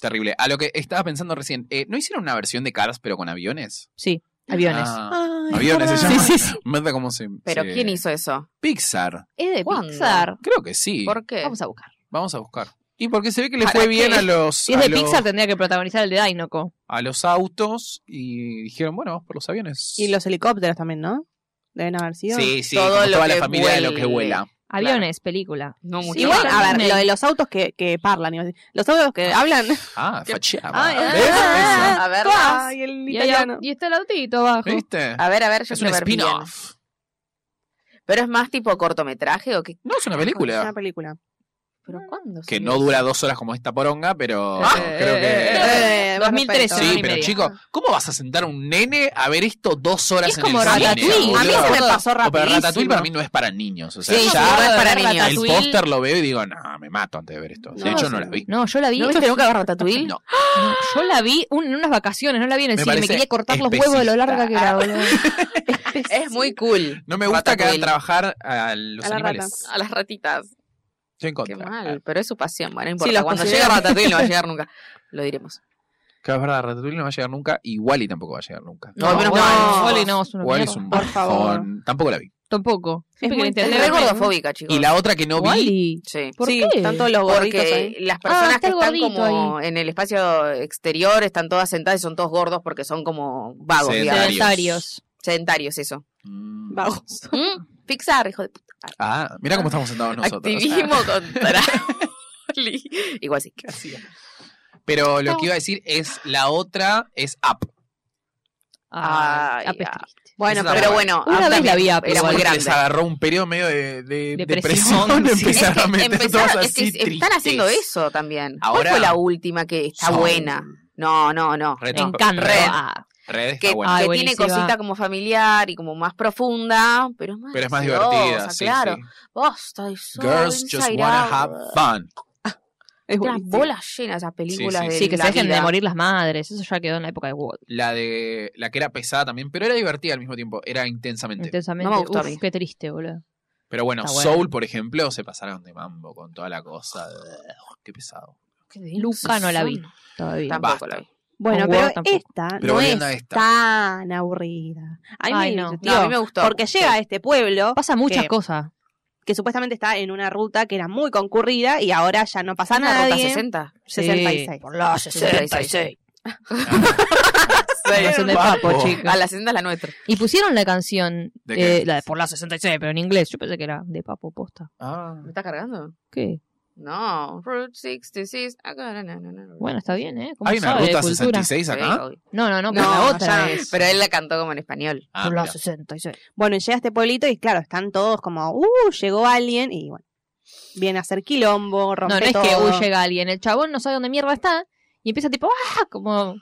S1: Terrible. A lo que estaba pensando recién, eh, ¿no hicieron una versión de Cars pero con aviones?
S3: Sí, aviones.
S1: Ah,
S4: Ay,
S1: aviones se
S4: pará.
S1: llama.
S3: Sí, sí, sí.
S1: Me encanta cómo se.
S2: ¿Pero
S1: se-
S2: quién hizo eso?
S1: Pixar.
S3: Es de
S2: ¿Cuándo?
S3: Pixar.
S1: Creo que sí.
S2: ¿Por qué?
S3: Vamos a buscar.
S1: Vamos a buscar. Y porque se ve que le
S2: ¿Para
S1: fue bien
S2: qué?
S1: a los,
S3: Si es
S1: a,
S3: de
S1: los
S3: Pixar, tendría que protagonizar el de Dinoco.
S1: a los autos y dijeron, bueno, vamos por los aviones.
S4: Y los helicópteros también, ¿no? Deben haber sido.
S1: Sí, sí,
S2: Todo
S1: como
S2: lo
S1: toda
S2: que
S1: la familia de lo que
S2: vuele.
S1: vuela.
S3: Aviones, película.
S2: No mucho.
S4: Igual,
S2: más.
S4: a ver,
S3: Disney.
S4: lo de los autos que, que parlan. iba a decir. Los autos
S3: *laughs*
S4: que hablan.
S1: Ah,
S4: ¿Qué?
S1: facheaba.
S4: Ay,
S1: ¿Ves?
S4: ah,
S2: A ver,
S4: ¡Cuas!
S2: las-
S4: Y el
S3: Y, hay
S4: italiano.
S3: au- y está el autito abajo.
S1: Eso. ¿Viste?
S2: A ver, a ver, Ah, yo
S1: Es un
S2: quiero ver bien.
S1: spin-off.
S2: Pero es más tipo cortometraje o qué.
S1: No, es una
S4: Es una
S1: película.
S4: película.
S2: ¿Pero cuándo?
S1: Que
S2: salió?
S1: no dura dos horas como esta poronga, pero
S3: Ah.
S1: creo que.
S3: Eh,
S4: más
S3: 2013,
S4: respeto.
S3: hora
S1: Sí,
S3: y
S1: pero
S3: media.
S1: chicos, ¿ómo vas a sentar a un nene a ver esto dos horas
S3: Es
S1: en
S3: como
S1: el cine?
S3: Ratatouille.
S1: boludo?
S2: A mí se me pasó
S1: No, pero
S2: rapidísimo.
S1: Ratatouille para mí no es para niños. O sea,
S2: Sí,
S1: ya
S2: no es para
S3: Ratatouille.
S2: niños.
S1: el
S3: Ratatouille.
S1: póster lo veo y digo, no, me mato antes de ver esto. De
S4: No,
S1: hecho,
S4: sí.
S1: no la vi.
S3: No, yo la vi.
S2: ¿No viste nunca Ratatouille?
S1: No.
S3: No, yo la vi un- en unas vacaciones, no la vi en el
S1: Me
S3: cine. Me
S1: parece
S3: quería cortar los huevos de lo larga que
S2: Ah.
S3: era,
S2: *laughs*
S3: boludo.
S2: Es muy cool.
S1: No me gusta que hagan
S2: Ratatouille.
S1: trabajar a los
S4: A la
S1: animales.
S2: A las ratitas.
S1: Estoy en
S2: Qué
S1: contra.
S2: mal, pero es su pasión, bueno, no
S4: Sí,
S2: importa.
S4: las
S2: Cuando llega
S4: posibilidades.
S2: Ratatouille no va a llegar nunca. Lo diremos.
S1: Que es verdad, Ratatouille no va a llegar nunca y Wally tampoco va a llegar nunca.
S2: No, menos
S3: Wall-E
S2: mal.
S3: Wall-E no, es una
S1: Wally
S3: mierda.
S1: es un
S4: Por favor.
S1: bajón. Tampoco la vi.
S3: Tampoco. Siempre
S4: muy
S3: quería
S2: Es
S4: Te
S2: re
S3: entender.
S2: gordofóbica, chicos.
S1: Y la otra que no vi,
S3: Wall-E.
S2: Sí.
S3: ¿Por
S4: sí,
S3: qué?
S4: están todos los gorditos
S2: Porque
S4: ahí.
S2: las personas
S3: Ah, está
S2: que
S3: el
S2: están
S3: gordito
S2: como en el espacio exterior están todas sentadas y son todos gordos porque son como vagos, digamos.
S1: Sedentarios.
S3: Sedentarios.
S2: Sedentarios, eso.
S1: Mm.
S4: Vagos.
S2: ¿Mm? Pixar, hijo de puta.
S1: Ah, mira cómo estamos
S2: *laughs*
S1: sentados nosotros. *laughs* ah.
S2: Activismo contra Wall-E. Igual sí.
S1: Pero lo que iba a decir es la otra es Up.
S2: Ay, ah.
S3: apestre.
S2: ay.
S1: Esa
S4: Bueno,
S1: es la
S4: pero
S2: Pero
S1: buena.
S2: bueno,
S3: Una
S2: Up
S3: vez la
S2: también
S3: vi, Up,
S2: Era
S1: Como
S2: muy
S1: que *laughs*
S2: grande.
S1: Les agarró un periodo medio de, de
S3: Depresión,
S1: depresión. *laughs*
S3: sí.
S2: Es
S1: Empezaron a meter
S2: que
S1: todas
S2: empezaron, es
S1: así
S2: que están haciendo
S1: tristes.
S2: eso también.
S1: Ahora-
S2: ¿Cuál fue la última que está
S1: Soul.
S2: buena? No, no, no.
S1: Red
S3: Me
S1: Top.
S3: encanta.
S1: Red,
S3: Ah,
S1: Red está
S2: que,
S1: buena.
S3: Ay,
S2: que tiene
S3: buenísima.
S2: cosita como familiar y como más profunda, pero es más,
S1: pero es más
S2: graciosa,
S1: divertida. sí,
S2: claro.
S1: sí.
S2: Bosta y so
S1: Girls just
S2: Inside
S1: wanna
S2: Out.
S1: have fun.
S4: es
S2: Una
S4: buenísimo.
S2: bola llena esas películas
S1: Sí,
S2: de
S1: sí.
S3: Sí, que
S2: la
S3: se dejen
S2: vida.
S3: de morir las madres. Eso ya quedó en la época de Wall.
S1: La de la que era pesada también, pero era divertida al mismo tiempo, era intensamente.
S3: Intensamente.
S2: No me gustó a
S3: Uf,
S2: mí.
S3: qué triste, boludo.
S1: pero bueno,
S3: Está buena.
S1: Soul, por ejemplo, se pasaron de mambo con toda la cosa. de- Qué pesado.
S2: Qué divino
S3: Luca
S2: que
S3: no la
S2: son.
S3: vi. Todavía.
S2: Tampoco la vi.
S4: Bueno,
S3: Con
S4: pero
S3: Word tampoco.
S4: esta
S1: Pero
S4: no es
S1: volviendo a esta.
S4: tan aburrida. A mí
S3: Ay,
S4: me
S3: no.
S2: No, a mí
S4: divirtió,
S2: me gustó.
S4: Porque llega a este pueblo
S3: Pasa muchas
S4: ¿Qué?
S3: cosas.
S4: que supuestamente está en una ruta que era muy concurrida y ahora ya no pasa
S2: ¿Están en la ruta
S4: nada.
S2: 60?
S4: 66.
S3: Por la
S2: 66.
S3: No son de
S1: Papo.
S3: papo, chica.
S2: A la 60 es la nuestra.
S3: Y pusieron la canción
S1: ¿De qué?
S3: eh, la de por la 66, pero en inglés. Yo pensé que era de papo posta.
S1: Ah.
S2: ¿Me estás cargando?
S3: ¿Qué?
S2: No. Route 66. Ah, no, no, no, no.
S3: Bueno, está bien, ¿eh? ¿Cómo
S1: ¿Hay una
S3: sabe de
S1: ruta
S3: cultura?
S1: 66
S2: Sí,
S1: acá?
S2: obvio.
S3: No, no, no,
S2: No,
S3: pero la otra
S2: ya no.
S3: es.
S2: Pero él la cantó como en español.
S1: Ah,
S3: por la
S1: mira.
S3: 66.
S4: Bueno, y llega a este pueblito y claro, están todos como, uh, llegó alguien y bueno, viene a hacer quilombo,
S3: No,
S4: rompe
S3: no es que
S4: todo.
S3: huye llega alguien. El chabón no sabe dónde mierda está y empieza tipo, ¡ah! Como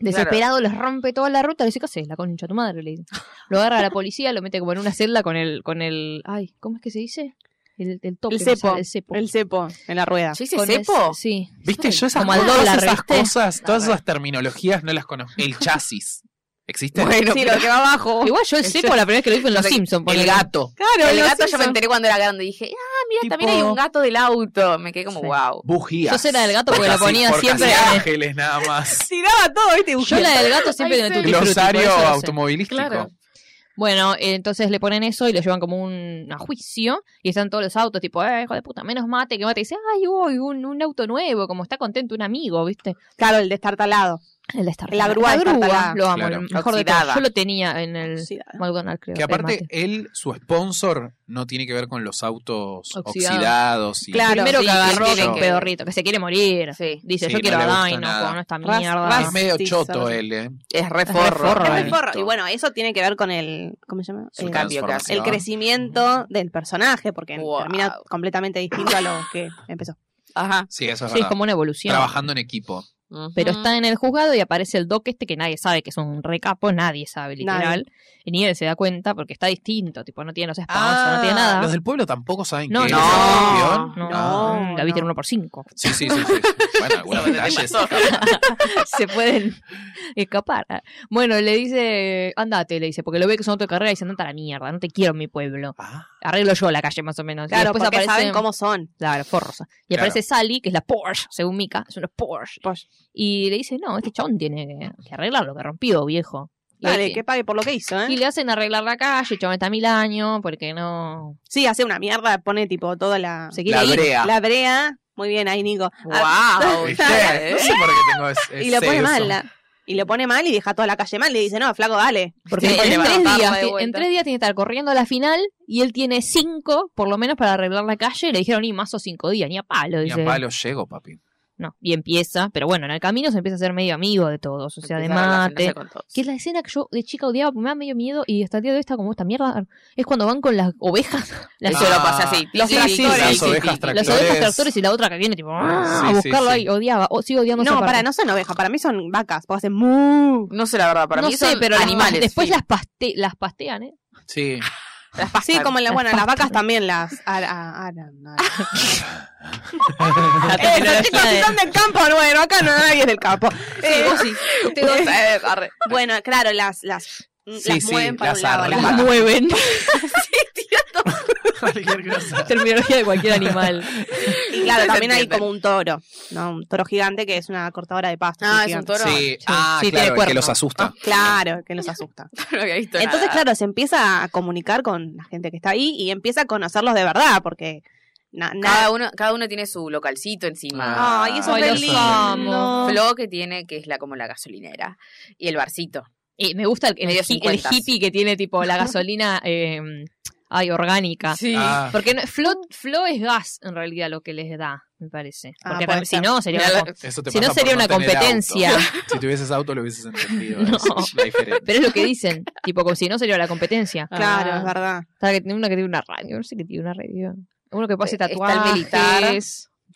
S3: desesperado, les rompe toda la ruta. Le dice, ¿qué haces? La concha de tu madre, le dice. Lo agarra a la policía, lo mete como en una celda con el. con el Ay, ¿cómo es que se dice? El, el tope.
S4: El
S3: me
S4: cepo.
S3: sale, El cepo.
S4: El cepo en la rueda.
S2: ¿Ya hice
S3: Con el-
S2: cepo?
S3: Sí.
S1: ¿Viste? Yo esas,
S3: Como al
S1: todas
S3: dólar,
S1: esas
S3: ¿viste?
S1: cosas,
S2: A
S1: todas
S2: ver.
S1: esas terminologías no las conozco. El chasis. ¿Existe?
S2: Bueno,
S4: sí,
S2: pero-
S4: lo que va abajo.
S3: Igual yo el
S2: Oh, el
S3: cepo
S2: cepo.
S3: la primera vez que lo vi fue en Los
S2: Yo sé-
S3: Simpsons.
S1: el gato.
S4: Claro,
S2: El
S4: los
S2: gato yo me
S4: Simpson.
S2: enteré cuando era grande. Dije, ah, mira, también hay
S1: Tipo-
S2: un gato del auto. Me quedé como,
S3: Sí.
S2: wow.
S1: Bujías.
S3: Yo sé la del gato porque la
S1: Casi-
S3: ponía
S1: por
S3: siempre-
S1: Casi ángeles nada
S3: *laughs*
S1: más.
S4: Tiraba todo, ¿viste?
S3: Yo la del gato siempre
S2: Ay,
S3: me
S2: sí.
S3: tuve
S1: Glosario automovilístico.
S2: Claro.
S3: Bueno, eh, entonces le ponen eso y lo llevan como un a juicio y están todos los autos tipo, eh, hijo de puta, menos mate que mate. Y dice, ay, uy, un, un auto nuevo, como está contento un amigo, ¿viste?
S4: Claro, el destartalado.
S3: El Star
S4: La grúa
S3: La grúa.
S4: destartalada.
S3: Lo amo,
S1: Claro.
S3: el mejor de
S2: Oxidada.
S3: todo. Yo lo tenía en el
S4: Sí,
S3: McDonald's, creo.
S1: Que
S3: el
S1: aparte,
S3: mate.
S1: él, su sponsor, no tiene que ver con los autos
S3: Oxidados.
S1: oxidados. y-
S4: Claro,
S3: Primero
S2: sí,
S3: que agarró
S1: tiene
S3: que un
S1: que-
S3: pedorrito, que se quiere morir.
S2: Sí.
S3: Dice,
S1: Sí,
S3: yo
S1: no
S3: quiero
S1: le
S3: a
S1: gusta
S3: Dino
S1: nada.
S3: con esta
S4: Ras-
S3: mierda.
S1: Es medio
S4: Rastiza,
S1: choto
S4: no sé.
S1: él, ¿eh?
S2: Es reforro.
S3: reforro,
S4: Es
S3: eh.
S4: reforro. Y bueno, eso tiene que ver con el. ¿Cómo se llama?
S1: Su
S4: El-
S2: cambio que hace.
S1: transformación.
S4: el crecimiento del personaje, porque
S2: Wow.
S4: termina completamente distinto a lo que empezó.
S2: Ajá.
S1: Sí, eso es
S3: Sí, es
S1: verdad.
S3: como una evolución.
S1: Trabajando en equipo.
S3: Pero
S2: Ujú.
S3: está en el juzgado y aparece el doc este que nadie sabe que es un recapo, nadie sabe, literal. Y ni él se da cuenta porque está distinto, tipo, no tiene los espacios, Ah, no tiene nada.
S1: Ah, Los del pueblo tampoco saben
S3: No,
S1: qué
S3: no,
S1: es el guión.
S3: No,
S2: no,
S1: Ah.
S4: no.
S3: la viste en 1 por 5
S1: Sí, sí, sí. sí.
S3: *laughs*
S1: Bueno, algunos detalles.
S3: Se pueden *laughs* escapar. Bueno, le dice, andate, le dice, porque lo ve que son auto de carrera y dice, andate a la mierda, no te quiero en mi pueblo.
S1: Ah,
S3: Arreglo yo la calle más o menos. Y
S4: Claro,
S3: después
S4: porque
S3: aparece,
S4: saben cómo son.
S3: Claro, forros. Y
S1: Claro.
S3: aparece Sally, que es la Porsche, según Mika, es una Porsche.
S4: Posh.
S3: Y le dice, no, este chabón tiene que- que arreglar lo que rompió, viejo. Y
S4: Dale,
S3: ahí sí.
S4: que pague por lo que hizo, ¿eh?
S3: Y le hacen arreglar la calle, el chabón está mil años, porque no.
S4: Sí, hace una mierda, pone tipo toda
S2: Ah,
S4: la.
S3: Se quiere
S1: la
S3: ir.
S1: brea.
S4: La brea. Muy bien, ahí Nico.
S3: *laughs* ¿eh?
S2: Wow.
S1: ¿Viste? No sé por qué tengo ese,
S4: y lo
S1: ese
S4: pone
S1: uso.
S4: mal. la- Y lo pone mal y deja toda la calle mal. Le dice, no, flaco, dale.
S3: Porque
S2: Sí,
S3: en,
S2: le va a
S3: tres
S2: taparla
S3: días,
S2: de
S3: ti- en
S2: vuelta.
S3: tres días tiene que estar corriendo a la final y él tiene cinco, por lo menos, para arreglar la calle. Le dijeron, ni más o cinco días, ni a palo.
S1: Ni
S3: Dice.
S1: a palo llego, papi.
S3: No, y empieza, pero bueno, en el camino se empieza a ser medio amigo de todos, o sea, de
S2: Empezar a relacionarse
S3: mate.
S2: con todos.
S3: Que es la escena que yo de chica odiaba, me da medio miedo y hasta el día de hoy está como esta mierda. Es cuando van con las ovejas, *laughs* las,
S1: Ah,
S2: Eso lo pasa así.
S3: Los
S2: Sí,
S3: tractores.
S2: sí, sí,
S3: Las
S2: sí,
S1: ovejas
S2: sí.
S1: tractores.
S3: las ovejas tractores y la otra que viene tipo "Ah", a
S1: Sí, sí,
S3: buscarlo
S1: sí.
S3: ahí, odiaba, o, sigo odiando esa
S4: No, para,
S3: parte.
S4: no son ovejas, para mí son vacas, porque hacen mu.
S2: No sé la verdad, para
S3: No
S2: mí
S3: sé,
S2: son
S3: pero las-
S2: animales.
S3: después
S2: sí.
S3: las, paste, las pastean, ¿eh? *laughs*
S1: Sí.
S2: Las pastan.
S4: Sí, como la,
S3: Las
S4: bueno, las
S3: pastas.
S4: vacas también las ara- a- aran- aran.
S2: Ah, La
S4: Eh, los chicos
S2: tecnología de-
S4: son del campo, bueno, acá no nadie es del campo.
S2: Sí,
S4: Eh,
S2: vos sí. *laughs* Vos sabés, *laughs* arre.
S4: *laughs* bueno, claro, las, las,
S1: Sí,
S4: las
S1: sí,
S4: mueven para
S1: las
S4: un lado,
S1: arreglan.
S4: las
S3: Las
S1: Claro.
S4: vacas.
S2: *laughs*
S3: mueven.
S1: Cualquier cosa.
S3: Terminología de cualquier animal.
S4: Y claro,
S2: *laughs* Se
S4: también hay
S2: entienden.
S4: como un toro, ¿no? Un toro gigante que es una cortadora de pasto.
S2: Ah,
S4: gigante.
S2: es un toro.
S1: Sí,
S2: Sí,
S1: ah,
S2: sí, tiene
S1: claro, el que
S2: cuerno.
S1: los
S3: Ah,
S1: asusta.
S4: Claro, que
S2: *laughs*
S4: nos asusta.
S2: No había visto
S4: Entonces,
S2: nada.
S4: claro, se empieza a comunicar con la gente que está ahí y empieza a conocerlos de verdad, porque na-
S2: Cada
S4: nada.
S2: uno, cada uno tiene su localcito encima.
S1: Ah.
S4: Ay, eso
S3: Ay,
S4: es
S3: los
S4: lindo.
S3: amo.
S2: Flo que tiene, que es la como la gasolinera. Y el barcito.
S3: Y Eh, me gusta el, el
S2: Medio
S3: hi- el
S2: cincuentas.
S3: hippie que tiene tipo la gasolina eh, ay, orgánica.
S2: Sí.
S1: Ah,
S3: Porque no- Flo, Flo es gas en realidad lo que les da, me parece.
S4: Ah,
S3: Porque
S4: puede
S3: si
S4: ser.
S3: no, sería
S2: Mira,
S3: una
S2: la-
S3: co-
S1: eso te
S3: si
S1: pasa
S3: no sería
S1: por
S3: una
S1: tener
S3: competencia.
S1: auto. Si tuvieses auto lo hubieses entendido.
S3: *laughs* No.
S1: es la diferencia.
S3: Pero es lo que dicen, tipo, como si no sería la
S2: *laughs*
S3: competencia.
S4: Claro,
S2: Ah.
S4: es verdad.
S3: O sea, que tiene uno que tiene una radio, no sé que tiene una radio. Uno que pase
S2: Eh, Está el
S3: tatuajes. *laughs*
S2: militar.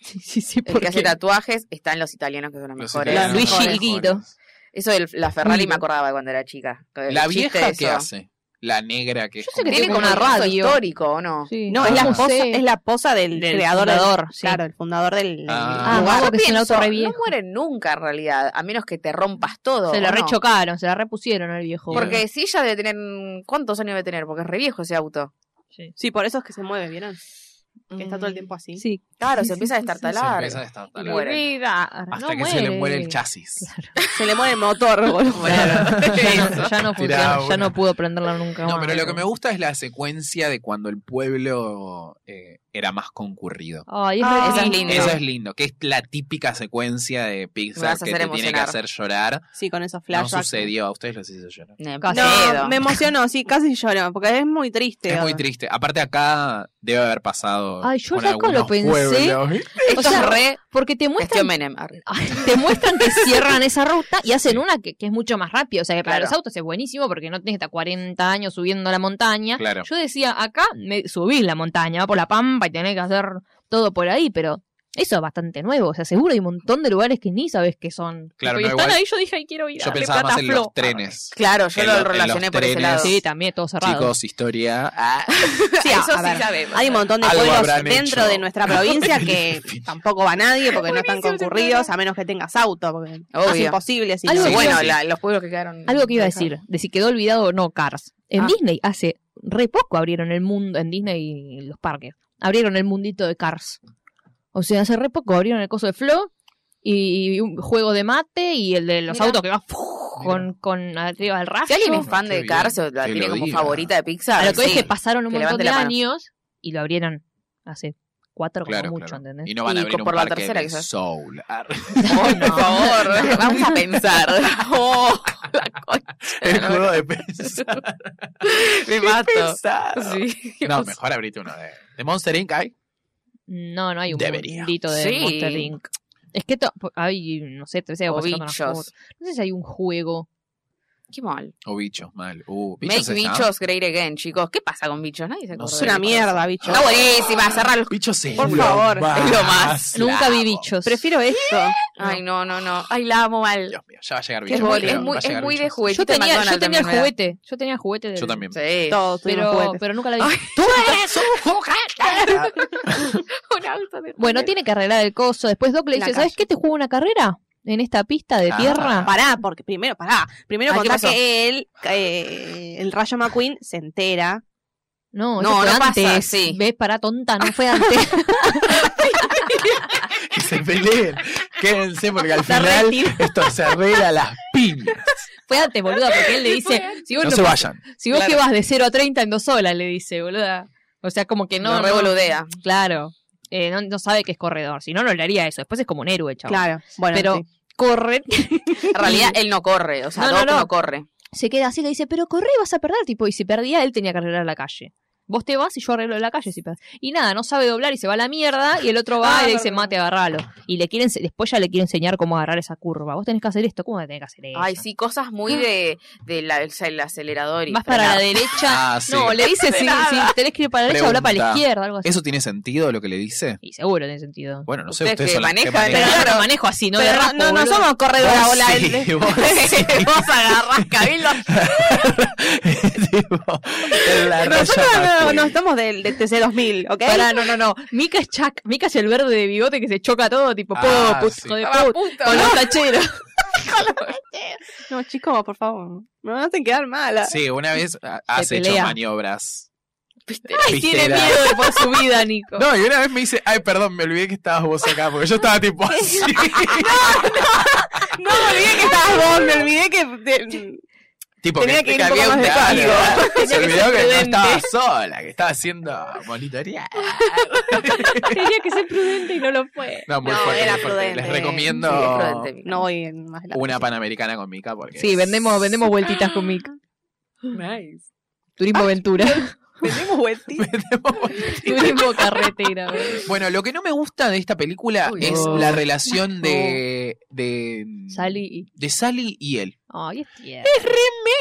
S3: Sí, sí, sí,
S2: El que
S3: porque
S2: hace tatuajes están los italianos que son los
S1: Los
S2: mejores.
S1: italianos
S3: Luigi
S1: son
S3: y
S1: los
S3: Guido.
S1: mejores.
S2: Eso de la Ferrari
S3: Guido.
S2: me acordaba cuando era chica. El
S1: La
S2: chiste
S1: vieja
S2: eso.
S1: que hace. La negra que es
S3: Yo sé que
S1: como-
S2: Tiene
S3: Tiene
S2: como
S3: una
S2: un uso
S3: radio.
S2: histórico, ¿o no?
S3: Sí.
S4: No,
S1: Ah.
S4: es, la
S1: No
S4: esposa,
S3: sé.
S4: es la esposa del,
S3: Del
S4: creador
S3: fundador,
S4: del,
S3: sí.
S4: Claro, el fundador del
S1: Ah.
S3: Ah,
S4: lugar.
S3: vamos, que es un
S2: Pienso,
S3: auto re viejo.
S2: No mueren nunca en realidad, a menos que te rompas todo.
S3: se la
S2: ¿o no?
S3: rechocaron, se la repusieron al viejo.
S2: Porque si ella debe tener. ¿Cuántos años debe tener? Porque es re viejo ese auto.
S3: Sí.
S4: Sí, por eso es que se mueve, ¿vieron? Que está todo el
S2: Mm.
S4: tiempo así.
S3: Sí.
S2: Claro,
S3: Sí,
S2: se
S3: sí,
S2: empieza a
S3: sí, sí.
S2: destartalar.
S1: Se empieza a destartalar.
S2: Mueren.
S3: Mira,
S1: Hasta
S3: no
S1: que se le
S3: muere.
S1: muere el chasis.
S4: Se le mueve el motor,
S3: *laughs*
S4: boludo.
S1: *laughs*
S3: Ya no, ya no funciona,
S1: Tirá
S3: ya
S1: una.
S3: no pudo prenderla nunca
S1: No,
S3: más.
S1: pero lo que me gusta es la secuencia de cuando el pueblo eh, era más concurrido.
S3: Ay, es
S4: Ah,
S3: re
S4: esa es
S3: lindo.
S1: Eso es lindo, que es la típica secuencia de Pixar
S2: vas a
S1: que te
S2: hacer
S1: tiene que
S2: emocionar.
S1: hacer llorar.
S4: Sí, con esos
S1: No
S4: flashbacks.
S1: sucedió, a ustedes los hizo llorar.
S2: Ni en
S3: Casi.
S2: pedo.
S4: No, me emocionó, sí, casi lloro, porque es muy triste.
S1: Es muy triste. Aparte acá debe haber pasado.
S3: Ay, yo
S1: con
S3: ya lo
S1: algunos
S3: pensé.
S1: pueblos.
S2: Esto
S3: O sea,
S2: es re.
S3: Porque te
S2: Gestión
S3: muestran,
S2: Menem. Arre.
S3: *laughs* te muestran que cierran esa ruta y hacen
S1: Sí.
S3: una que, que es mucho más rápida. O sea, que para
S2: Claro.
S3: los autos es buenísimo porque no tenés que estar 40 años subiendo la montaña.
S1: Claro.
S3: Yo decía, acá me subís la montaña, va por la pampa y tenés que hacer todo por ahí, pero eso es bastante nuevo. O sea, seguro hay un montón de lugares que ni sabes que son.
S1: Claro,
S3: y
S1: no,
S3: están
S1: igual-
S3: ahí, yo dije, ay, quiero ir
S1: Yo
S3: a
S1: pensaba más en los
S3: Repatafló.
S1: trenes.
S2: Claro, yo
S1: En
S2: lo
S1: los- en
S2: relacioné
S1: los
S2: por ese
S1: trenes.
S2: lado.
S3: Sí, también, todo cerrado.
S1: Chicos, historia.
S3: *laughs*
S1: Ah,
S4: Sí,
S2: *laughs* eso
S4: a
S2: sí
S4: ver,
S2: sabemos.
S4: Hay un montón de
S1: Algo
S4: pueblos
S1: habrán
S4: dentro
S1: hecho.
S4: de nuestra provincia que tampoco va nadie porque no están
S2: Buenísimo,
S4: concurridos a menos que tengas auto, porque
S2: Obvio.
S4: es imposible. Si
S3: Algo
S4: no.
S2: Sí,
S3: que
S2: bueno,
S3: iba-
S2: la- los pueblos que quedaron.
S3: Algo que iba a decir, de si quedó olvidado o no Cars. En
S2: Ah.
S3: Disney hace re poco abrieron el mundo, en Disney y los parques, abrieron el mundito de Cars. O sea, hace re poco abrieron el coso de Flo y un juego de mate y el de los
S2: Mira.
S3: autos que va ¡fuu! con, con arriba del rayo.
S2: Si alguien es fan
S1: Qué
S2: de
S1: bien,
S2: Cars o la
S1: que
S2: tiene
S1: lo
S2: como
S1: diga.
S2: favorita de Pixar.
S3: A lo que
S2: sí.
S3: es que pasaron un
S2: que
S3: montón
S2: levante
S3: de
S2: la mano.
S3: años y lo abrieron hace cuatro como
S1: claro,
S3: mucho,
S1: claro.
S3: ¿entendés?
S1: Y no van a
S2: Y
S1: abrir
S2: con-
S1: un
S2: por la
S1: parque
S2: tercera,
S1: de
S2: quizás. *laughs*
S1: Soul. Ah,
S2: Oh, por favor, vamos a pensar. *laughs* Oh, la concha,
S1: El juego de *laughs* pensar.
S2: me mato.
S1: Pensar.
S2: Sí. *laughs*
S1: No, mejor abrite uno de, de Monster Inc. hay.
S3: No, no hay un
S1: Debería.
S3: mundito de
S2: Sí.
S3: Monster Inc. Es que to- hay, no sé, 13
S2: O
S3: o 14
S2: bichos.
S3: No sé si hay un juego.
S2: Qué mal.
S1: O bichos, mal. Uh, bichos
S2: Make
S1: está.
S2: bichos great again, chicos. ¿Qué pasa con bichos? Nadie se
S1: No
S2: acuerda.
S4: Es
S1: sé.
S4: una mierda, bicho.
S2: Está buenísima, cerrar
S1: Bichos es
S4: Por
S1: lo
S4: favor,
S1: más.
S2: es lo más.
S3: Nunca vi
S1: Claro.
S3: bichos.
S4: Prefiero esto. Ah.
S2: Ay, no, no, no. Ay, la amo mal.
S1: Dios mío, ya va a llegar
S2: Qué
S1: bichos.
S2: bol-
S1: creo,
S2: es muy,
S1: va a
S2: es
S1: llegar
S2: muy de
S1: bichos.
S3: Yo
S2: juguetito de
S3: tenía, yo
S2: McDonald's
S3: tenía el
S2: también, ¿verdad?
S3: juguete. Yo tenía el juguete. del-
S1: Yo también.
S2: Sí.
S4: Todos tuvimos
S3: Pero,
S4: juguetes.
S3: pero nunca la vi.
S2: *laughs* ¡Tú eres un juguete! un auto de
S3: Bueno, tiene que arreglar el coso. Después Doc le
S4: La
S3: dice, ¿sabes
S4: calle.
S3: qué? ¿Te juego una carrera? En esta pista de
S1: Ah.
S3: tierra.
S4: Pará, porque primero, pará. Primero
S2: Ay, ¿qué
S4: contá
S2: pasó?
S4: que él, eh, el Rayo McQueen, se entera.
S3: No, eso
S2: No,
S3: fue
S2: no pasa,
S3: antes.
S2: sí.
S3: Ves, pará, tonta, no fue antes.
S1: Que se peleen. Quédense porque al
S3: La
S1: final
S3: retiró.
S1: esto se arregla a las piñas.
S3: fue antes, boluda, porque él le dice, si vos,
S1: No
S3: no
S1: se vayan.
S3: si vos
S2: Claro.
S3: que vas de 0 a 30 en dos horas, le dice, boluda. O sea, como que no...
S2: No,
S3: no-
S2: revoludea.
S3: Claro. Eh, no, no sabe que es corredor. Si no, no le haría eso. Después es como un héroe, chaval.
S4: Claro. Bueno,
S3: Pero
S4: sí.
S3: corre,
S2: En *laughs* realidad, él no corre, o sea,
S3: No,
S2: no,
S3: no, no.
S2: no corre.
S3: se queda así, le dice, pero corre, vas a perder, tipo, y si perdía, él tenía que arreglar la calle. Vos te vas y yo arreglo la calle si perdés. Y nada, no sabe doblar y se va a la mierda, y el otro va
S4: Ah,
S3: y le
S4: no,
S3: dice,
S4: no, no.
S3: mate, agarralo. Y le quieren, después ya le quiere enseñar cómo agarrar esa curva. Vos tenés que hacer esto, ¿cómo tenés que hacer eso?
S2: Ay, sí, cosas muy de, de la, el acelerador y
S3: Vas para la
S2: frenar.
S3: derecha.
S1: Ah, sí.
S3: No, le dice, sí,
S2: Nada.
S3: sí, tenés que ir para la derecha, habla para la
S1: Pregunta.
S3: izquierda, algo así.
S1: ¿Eso tiene sentido lo que le dice?
S3: Y seguro tiene sentido.
S1: Bueno, no sé,
S2: Ustedes
S1: ustedes
S2: que
S1: son las que
S2: manejan,
S3: Pero
S1: manejan.
S3: yo
S2: Claro.
S3: lo manejo así, no
S2: Pero
S3: le
S2: no-
S3: raspo,
S2: no, no
S3: boludo.
S2: somos corredora,
S1: Vos
S2: bola
S1: sí,
S2: de- *laughs*
S1: vos
S2: Vos agarrás *laughs* cabildo.
S1: *laughs* Tipo, la
S4: Nosotros
S1: raya
S4: no,
S1: McQueen.
S4: no estamos del, del TC2000, ¿ok?
S3: Pará, no, no, no. Mika es Chuck. Mika es el verde de bigote que se choca todo, tipo, po,
S1: Ah,
S3: put-
S1: sí.
S3: hijo de
S2: Ah,
S3: put,
S2: puta,
S3: Con
S2: ¿no?
S3: los tacheros.
S4: No, chicos, por favor. Me van a hacer quedar mala.
S1: Sí, una vez ah, has hecho
S3: pelea.
S1: maniobras.
S3: Ay, tiene
S1: Pisteras.
S3: miedo por su vida, Nico.
S1: No, y una vez me dice, ay, perdón, me olvidé que estabas vos acá, porque yo estaba tipo así.
S4: *laughs* No, me olvidé que estabas vos, me olvidé que...
S1: *laughs* tipo
S4: Tenía que ir un
S1: había
S4: poco
S1: un
S4: más de
S1: claro, Se *laughs*
S3: Tenía que
S1: olvidó
S3: ser
S1: que no
S3: prudente.
S1: estaba sola, que estaba haciendo monitoreada.
S3: Tenía que ser prudente y no lo fue.
S1: No, muy
S4: No,
S1: fuerte,
S4: era
S1: muy fuerte. Les
S4: prudente.
S1: recomiendo
S2: Sí, es prudente, Mica.
S4: No voy en más adelante.
S1: una panamericana con Mica porque
S3: Sí,
S1: es- *laughs*
S3: vendemos, vendemos vueltitas con Mika. Turismo aventura.
S4: Tenemos vueltita.
S1: *laughs*
S3: Turismo carretera. boludo.
S1: Bueno, lo que no me gusta de esta película
S2: Uy,
S1: es
S3: no.
S1: la relación de de
S3: Salí.
S1: de Sally y él.
S3: Ay, es tierno.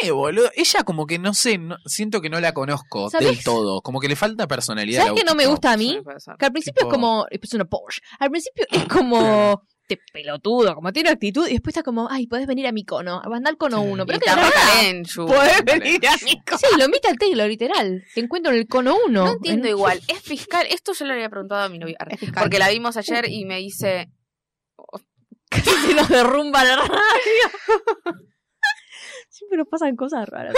S1: Eh, boludo, ella como que no sé, no- siento que no la conozco
S3: ¿Sabés?
S1: del todo, como que le falta personalidad.
S3: ¿Sabes
S1: que
S3: qué no me gusta a mí? Que al principio
S1: Tipo-
S3: es como. Es una Porsche. Al principio es como. Te pelotudo, como tiene actitud. Y después está como. Ay, podés venir a mi cono. A andar cono
S1: Sí.
S3: uno.
S2: Y
S3: Pero que la
S2: Tamara
S3: verdad-
S2: Karenchu.
S4: Podés venir a mi co-
S3: Sí, lo invita al Taylor, literal. Te encuentro en el cono uno. *laughs*
S2: No entiendo igual. Es fiscal. Esto yo le había preguntado a mi novia.
S4: Es fiscal.
S2: Porque la vimos ayer y me dice.
S3: Casi *laughs* se nos derrumba la radio. Siempre nos pasan cosas raras.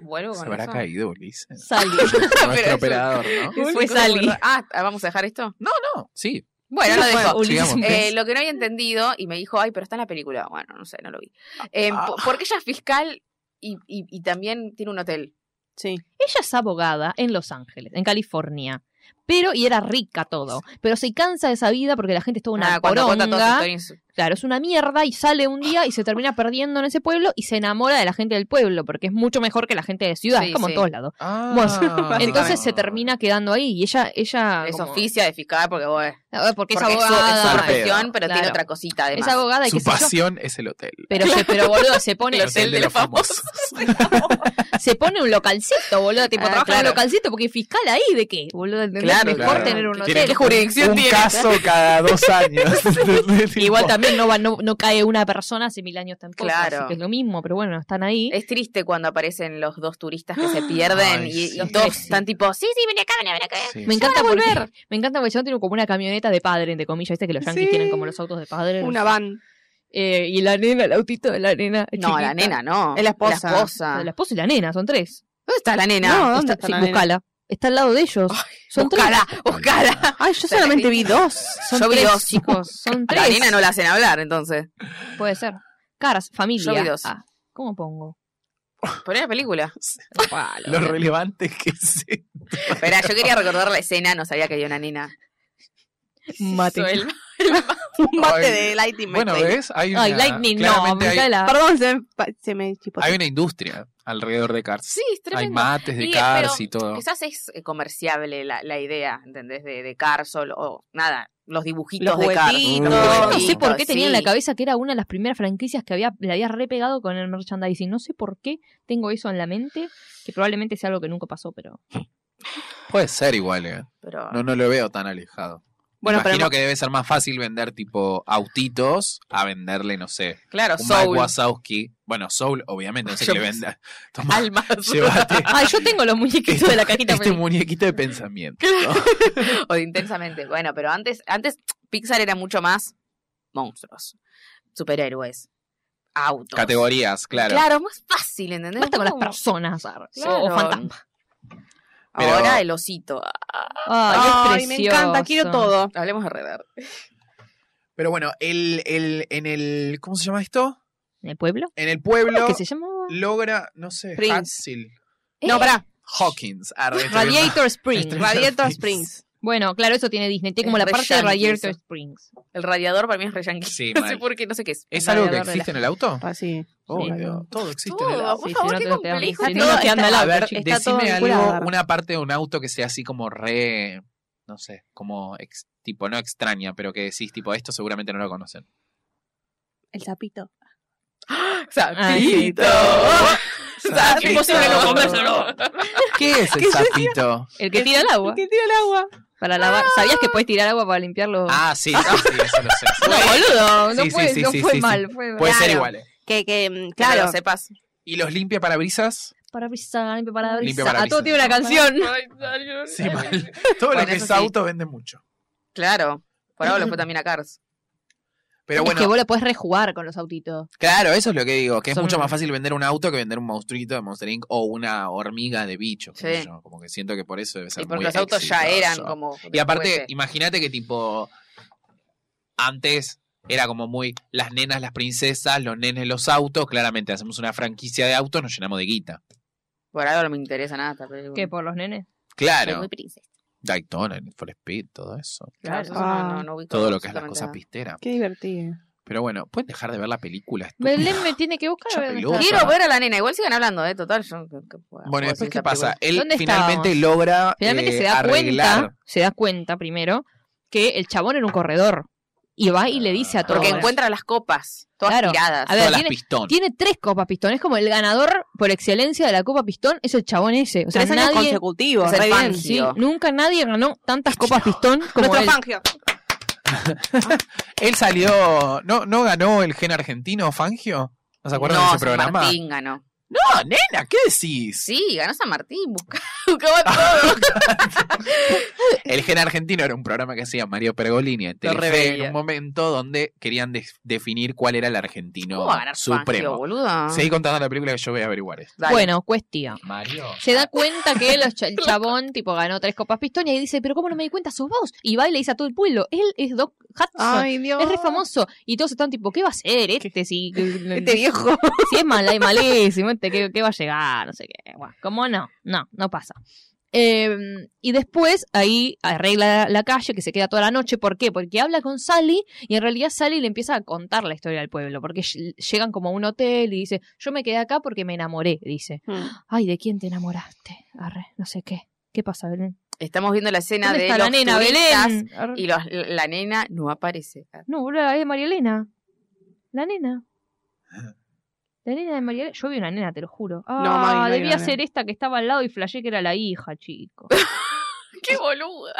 S2: Vuelvo
S1: Se
S2: con
S1: habrá
S2: eso.
S1: caído,
S3: *laughs*
S1: Ulises.
S3: Salí.
S1: Nuestro
S2: eso-
S1: operador, ¿no?
S2: Es un
S3: Fue
S2: cruce
S3: Sally.
S2: muy raro. Ah, ¿vamos a dejar esto?
S1: No, sí.
S2: Bueno, lo dejo.
S1: Ulises
S3: Ulises
S1: sigamos. un
S2: Eh, lo que no había entendido, y me dijo, ay, pero está en la película. Bueno, no sé, no lo vi. Eh,
S1: Ah.
S2: po- Porque ella es fiscal y, y- y también tiene un hotel.
S4: Sí.
S3: Ella es abogada en Los Ángeles, en California. Pero, y era rica todo. Pero se cansa de esa vida porque la gente es toda una
S2: Ah, cuando cuenta toda su
S3: poronga.
S2: historia en su-
S3: Claro, es una mierda y sale un día y se termina perdiendo en ese pueblo y se enamora de la gente del pueblo porque es mucho mejor que la gente de ciudad,
S2: Sí,
S3: es como
S2: sí.
S3: en todos lados.
S1: Ah,
S3: Bueno, *laughs* Entonces
S1: Ah.
S3: se termina quedando ahí y ella, ella
S2: Es
S3: como-
S2: oficia de fiscal porque, bueno,
S3: Ah, porque,
S2: porque
S3: es
S2: es su-
S3: abogada,
S2: es su
S1: Al pedo.
S2: profesión, pero tiene
S3: Claro.
S2: otra cosita
S3: es
S2: además.
S3: abogada y
S1: Su
S3: qué sé yo.
S1: pasión es el hotel.
S3: Pero, se, pero boludo, se pone,
S1: El hotel de los famosos.
S3: *laughs*
S1: *laughs*
S3: se pone un localcito, boludo. Tipo,
S2: Ah,
S3: trabaja en
S2: claro.
S3: un localcito porque fiscal ahí de qué, boludo. ¿entendés?
S2: Claro,
S3: Mejor
S1: claro.
S3: tener un
S1: ¿Qué
S3: hotel.
S1: tiene que
S2: jurisdicción
S1: Un
S2: tiene?
S1: caso cada dos años.
S3: *laughs* Igual
S1: Tipo,
S3: también no, va, no, no cae una persona hace mil años tampoco.
S2: Claro. Eh,
S3: Así que es lo mismo, pero bueno, están ahí.
S2: Es triste cuando aparecen los dos turistas que
S1: *gasps*
S2: se pierden
S1: Ay,
S2: y, y
S1: sí.
S3: Los
S2: los dos
S3: tres,
S2: están tipo, sí, sí, vení acá, vení acá. vení acá".
S1: sí,
S3: Me
S1: sí.
S3: encanta volver. *laughs* Me encanta porque yo tengo como una camioneta de padre, entre comillas. Viste que los yankees
S4: Sí.
S3: tienen como los autos de padre.
S4: Una van.
S3: Eh, y la nena, el autito de la nena.
S2: No, la
S3: chiquita.
S2: nena no.
S4: Es la esposa.
S2: La esposa.
S3: El esposo y la nena, son tres.
S2: ¿Dónde está la nena?
S4: No, ¿dónde está
S3: sí,
S4: la nena?
S3: buscala. Está al lado de ellos. son
S2: Buscala, buscala.
S4: Ay, yo solamente vi dos.
S3: tres. Son
S2: Yo vi
S3: tres,
S2: dos.
S3: chicos. Son tres.
S2: *laughs* La nena no la hacen hablar, entonces.
S3: Puede ser. Caras, familia.
S2: Yo vi dos.
S3: Ah, ¿Cómo pongo?
S2: Poné la película.
S1: Lo relevante que es esto.
S2: Espera, yo quería recordar la escena, no sabía que había una nena.
S3: Mate.
S4: *laughs* Un bate
S1: Ay.
S4: de Lightning
S1: Bueno,
S4: McQueen.
S1: ¿ves? Hay una,
S3: Ay, Lightning, no.
S1: claramente hay-
S3: Micaela.
S4: Perdón, se me, pa- se me chipotó.
S1: hay una industria alrededor de Cars.
S2: Sí, es
S1: Hay
S2: tremendo.
S1: mates de
S2: Y,
S1: Cars
S2: pero
S1: y todo.
S2: Quizás es eh, comerciable la, la idea, ¿entendés? De, de Carsol o nada, los dibujitos
S4: Los
S2: de Cars.
S4: juguetitos.
S1: Los
S3: Yo no sé
S1: Lindo,
S3: por qué tenía en la
S2: sí.
S3: cabeza que era una de las primeras franquicias que había, le había repegado con el merchandising. No sé por qué tengo eso en la mente, que probablemente sea algo que nunca
S1: *laughs*
S3: pasó, pero.
S1: Puede ser igual, eh.
S2: Pero
S1: No, no lo veo tan alejado.
S4: Bueno, pero
S1: Imagino que debe ser más fácil vender tipo autitos a venderle, no sé,
S2: claro,
S1: un Mike
S2: Soul,
S1: Wazowski. Bueno, Soul, obviamente, no sé
S2: Yo
S1: qué le
S2: pensé-
S1: venda. *laughs* Toma,
S2: Almas.
S3: *laughs*
S2: *laughs*
S1: llévate
S3: Ay, yo tengo los muñequitos de la cajita
S1: este
S3: feliz.
S1: muñequito de pensamiento.
S2: o de intensamente. Bueno, pero antes, antes Pixar era mucho más monstruos, superhéroes,
S1: *laughs*
S2: autos.
S1: Categorías, claro.
S2: Claro, más fácil, ¿entendés?
S3: Basta con las
S2: Como-
S3: personas. Oh, ar-
S2: Claro.
S3: O fantasmas.
S1: Pero-
S2: Ahora el osito. Ah,
S3: Ay,
S4: Ay,
S3: es
S4: me
S3: precioso.
S4: encanta, quiero todo.
S2: hablemos de redar.
S1: Pero bueno, el, el, en el. ¿Cómo se llama esto?
S3: ¿En el pueblo?
S1: En el pueblo
S3: ¿Qué se llamaba?
S1: logra, no sé,
S4: Prince.
S1: Hansel.
S3: Eh,
S4: No, pará. Este
S1: Hawkins. arre, estoy viendo-
S3: Radiator Spring.
S1: Estoy-
S4: Radiator Springs.
S3: Bueno, claro, eso tiene Disney. Tiene como
S2: Es
S3: la
S2: re
S3: parte de
S2: yankee
S3: Radiator
S2: eso.
S3: Springs.
S2: El radiador para mí es re yankee.
S1: Sí,
S2: *laughs* no sé
S1: mal.
S2: por qué, no sé qué es.
S1: ¿Es algo que
S3: Alrededor de
S1: existe en el auto?
S4: Así.
S1: Oh,
S3: Sí.
S1: Dios, todo existe en el
S2: Todo,
S1: auto.
S2: por
S3: Sí,
S2: favor,
S3: si no
S2: qué
S3: te- te dan-
S2: complejo.
S3: si no,
S2: todo
S3: no te anda
S2: está-
S3: el
S1: A
S3: auto,
S1: ver,
S3: chicos.
S4: está todo
S1: decime algo,
S4: vinculado.
S1: una parte de un auto que sea así como re, no sé, como ex- tipo, no extraña, pero que decís, tipo, esto seguramente no lo conocen.
S4: El sapito.
S2: *laughs* Sapito. Sa- Es imposible no comérselo.
S1: ¿Qué es el sapito?
S3: El que tira el agua.
S4: Que tira el agua.
S3: Para lavar. ¿Sabías que puedes tirar agua para limpiarlo?
S1: Ah, sí, sí, sí, eso lo sé. *laughs*
S3: No, boludo.
S1: Sí,
S3: No
S1: sí,
S3: fue,
S1: sí,
S3: no
S1: sí,
S3: fue
S1: sí, sí.
S3: mal. Fue
S1: Puede ser
S4: Claro.
S1: igual. eh.
S4: Que, que, mm,
S2: Claro,
S4: claro.
S2: sepas.
S1: ¿Y los limpia parabrisas?
S3: Para brisar, limpio para
S1: Limpio
S3: brisar.
S1: parabrisas.
S3: A Ah, todo tiene una canción.
S1: Sí, mal. *laughs* Todo
S2: Bueno,
S1: lo que
S2: eso
S1: es
S2: sí.
S1: auto vende mucho.
S2: Claro. Por ahora lo fue también a Cars.
S1: *laughs* Pero
S3: Es que
S1: bueno,
S3: vos lo puedes rejugar con los autitos.
S1: claro, eso es lo que digo, que es
S3: Son-
S1: mucho más fácil vender un auto que vender un monstruito de Monster Inc. o una hormiga de bicho. qué sé
S2: Sí.
S1: yo. Como que siento que por eso debe ser
S2: Y porque
S1: muy
S2: los autos ya eran
S1: exitoso.
S2: como.
S1: Y aparte,
S2: juguete.
S1: imagínate que tipo antes era como muy las nenas, las princesas, los nenes, los autos. Claramente hacemos una franquicia de autos, nos llenamos de guita.
S2: Por ahora no me interesa nada esta película.
S3: ¿Qué? ¿Por los nenes?
S1: Claro,
S3: princesa.
S1: Daytona, Need for Speed, todo eso.
S2: Claro, eso
S4: Ah.
S2: no, no, no ubico
S1: Todo lo que es la
S2: absolutamente
S1: cosa
S2: nada.
S1: pistera.
S4: Qué divertido.
S1: Pero bueno, pueden dejar de ver la película. estúpida?
S3: Belén me tiene que buscar. a ver dónde
S1: Chapelota.
S3: está.
S2: Quiero ver a la nena. Igual sigan hablando, ¿eh? Total. Yo, que- que- puedo
S1: Bueno, después
S2: decir
S1: qué
S2: esta
S1: pasa.
S2: película.
S1: Él
S3: ¿Dónde
S1: finalmente
S3: estábamos?
S1: logra
S3: Finalmente
S1: eh,
S3: se da
S1: arreglar.
S3: cuenta, se da cuenta primero, que el chabón era un corredor. Y va y le dice a todos.
S2: Porque encuentra las copas, todas
S3: Claro.
S2: tiradas.
S3: A ver,
S1: todas las
S3: tiene-
S1: pistón.
S3: Tiene tres copas pistón. Es como el ganador por excelencia de la copa pistón. Es el chabón ese. O sea,
S4: Tres años
S3: nadie.
S4: consecutivos.
S2: Es el
S4: re
S2: fan.
S4: bien.
S3: Sí,
S2: consecutivo.
S3: nunca nadie ganó tantas copas pistón como
S4: Nuestro
S3: él.
S4: Fangio.
S1: Él salió, no, no ganó el gen argentino Fangio. ¿No se acuerdan
S2: no,
S1: de ese
S2: San
S1: programa?
S2: Martín ganó.
S1: No, nena, ¿qué decís?
S2: Sí, ganó San Martín. Busca- *laughs*
S1: Ah,
S2: Buscaba todo.
S1: El Gen Argentino era un programa que hacía Mario Pergolini en
S2: Lo
S1: Telefe
S2: reveía.
S1: en un momento donde querían des- definir cuál era el argentino
S2: ¿Cómo va a ganar Fangio,
S1: supremo.
S2: boludo?
S1: Seguí contando la película que yo voy a averiguar esto.
S2: Dale.
S3: Bueno, cuestión.
S1: Mario.
S3: Se da cuenta que los cha- el chabón tipo ganó tres copas pistón y ahí dice, pero ¿cómo no me di cuenta? Sos vos. Y va y le dice a todo el pueblo, él es Doc Hudson.
S4: Ay, Dios.
S3: Es re famoso. Y todos están tipo, ¿qué va a hacer este? Si,
S4: Este viejo.
S3: si es mala y malísimo, este, ¿qué, qué va a llegar? No sé qué. Bueno, ¿Cómo no? No, no pasa. Eh, y después ahí arregla la calle, que se queda toda la noche. ¿Por qué? Porque habla con Sally y en realidad Sally le empieza a contar la historia del pueblo. Porque ll- llegan como a un hotel y dice, yo me quedé acá porque me enamoré, dice.
S4: Mm.
S3: Ay, ¿de quién te enamoraste? Arre, no sé qué. ¿Qué pasa, Belén?
S2: Estamos viendo la escena
S3: ¿Dónde
S2: de
S3: está
S2: los
S3: la nena,
S2: turistas
S3: Belén? Arre.
S2: y los- la nena
S3: *laughs*
S2: no aparece.
S3: No, boludo, es de María Elena. La nena. La nena de María Elena. Yo vi una nena, te lo juro. Ah,
S4: Mami, no vi
S3: debía
S4: una nena.
S3: ser esta que estaba al lado y flashé que era la hija, chico.
S2: ¡Qué boluda!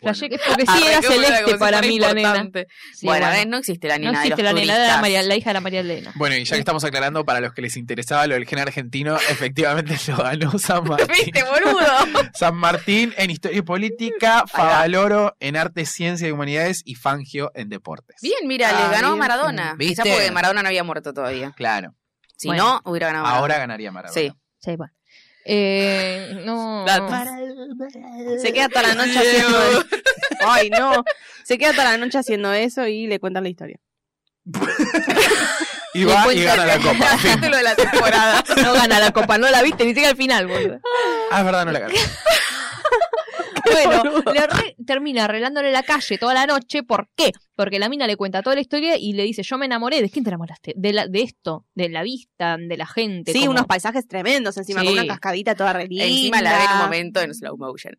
S3: Flashé que porque
S2: Ah,
S3: sí era celeste para mí la nena. Sí,
S2: bueno, a ver, no existe la nena
S3: no existe
S2: de
S3: la
S2: los
S3: nena, era la,
S2: turistas.
S3: María- la hija de la María Elena.
S1: Bueno, y ya que estamos aclarando, para los que les interesaba lo del gen argentino, *laughs* efectivamente lo ganó
S2: *laughs*
S1: San *laughs* Martín.
S2: ¿Viste, boludo?
S1: San Martín en Historia y Política, Favaloro en Arte, Ciencia y Humanidades y Fangio en Deportes.
S2: *laughs* Bien, mira,
S4: Ah,
S2: les ganó
S4: bien.
S2: Maradona.
S1: ¿Viste?
S2: Ya porque Maradona no había muerto todavía.
S1: Claro.
S2: Si
S3: Bueno.
S2: no, hubiera ganado
S1: Ahora ganaría Maradona.
S2: Ah, Sí.
S3: Sí, bueno. Eh,
S2: *laughs*
S3: no.
S2: Datos.
S4: Se queda toda la *laughs* noche haciendo eso.
S3: *laughs*
S4: Ay, no. Se queda toda la noche haciendo eso y le cuentan la historia.
S1: Y va y gana
S2: *laughs*
S1: la copa.
S2: El título de la temporada.
S3: No gana la copa, no la viste ni siquiera al final, boludo.
S1: Ah, es verdad, no la
S2: *laughs*
S1: ganó.
S4: *laughs*
S3: Bueno, le re- termina arreglándole la calle toda la noche. ¿Por qué? Porque la mina le cuenta toda la historia y le dice, yo me enamoré. ¿De quién te enamoraste? De, la, de esto, de la vista, de la gente.
S4: Sí,
S3: como-
S4: unos paisajes tremendos encima, con
S3: Sí.
S4: una cascadita toda re linda.
S2: Encima la ve en un momento en slow motion.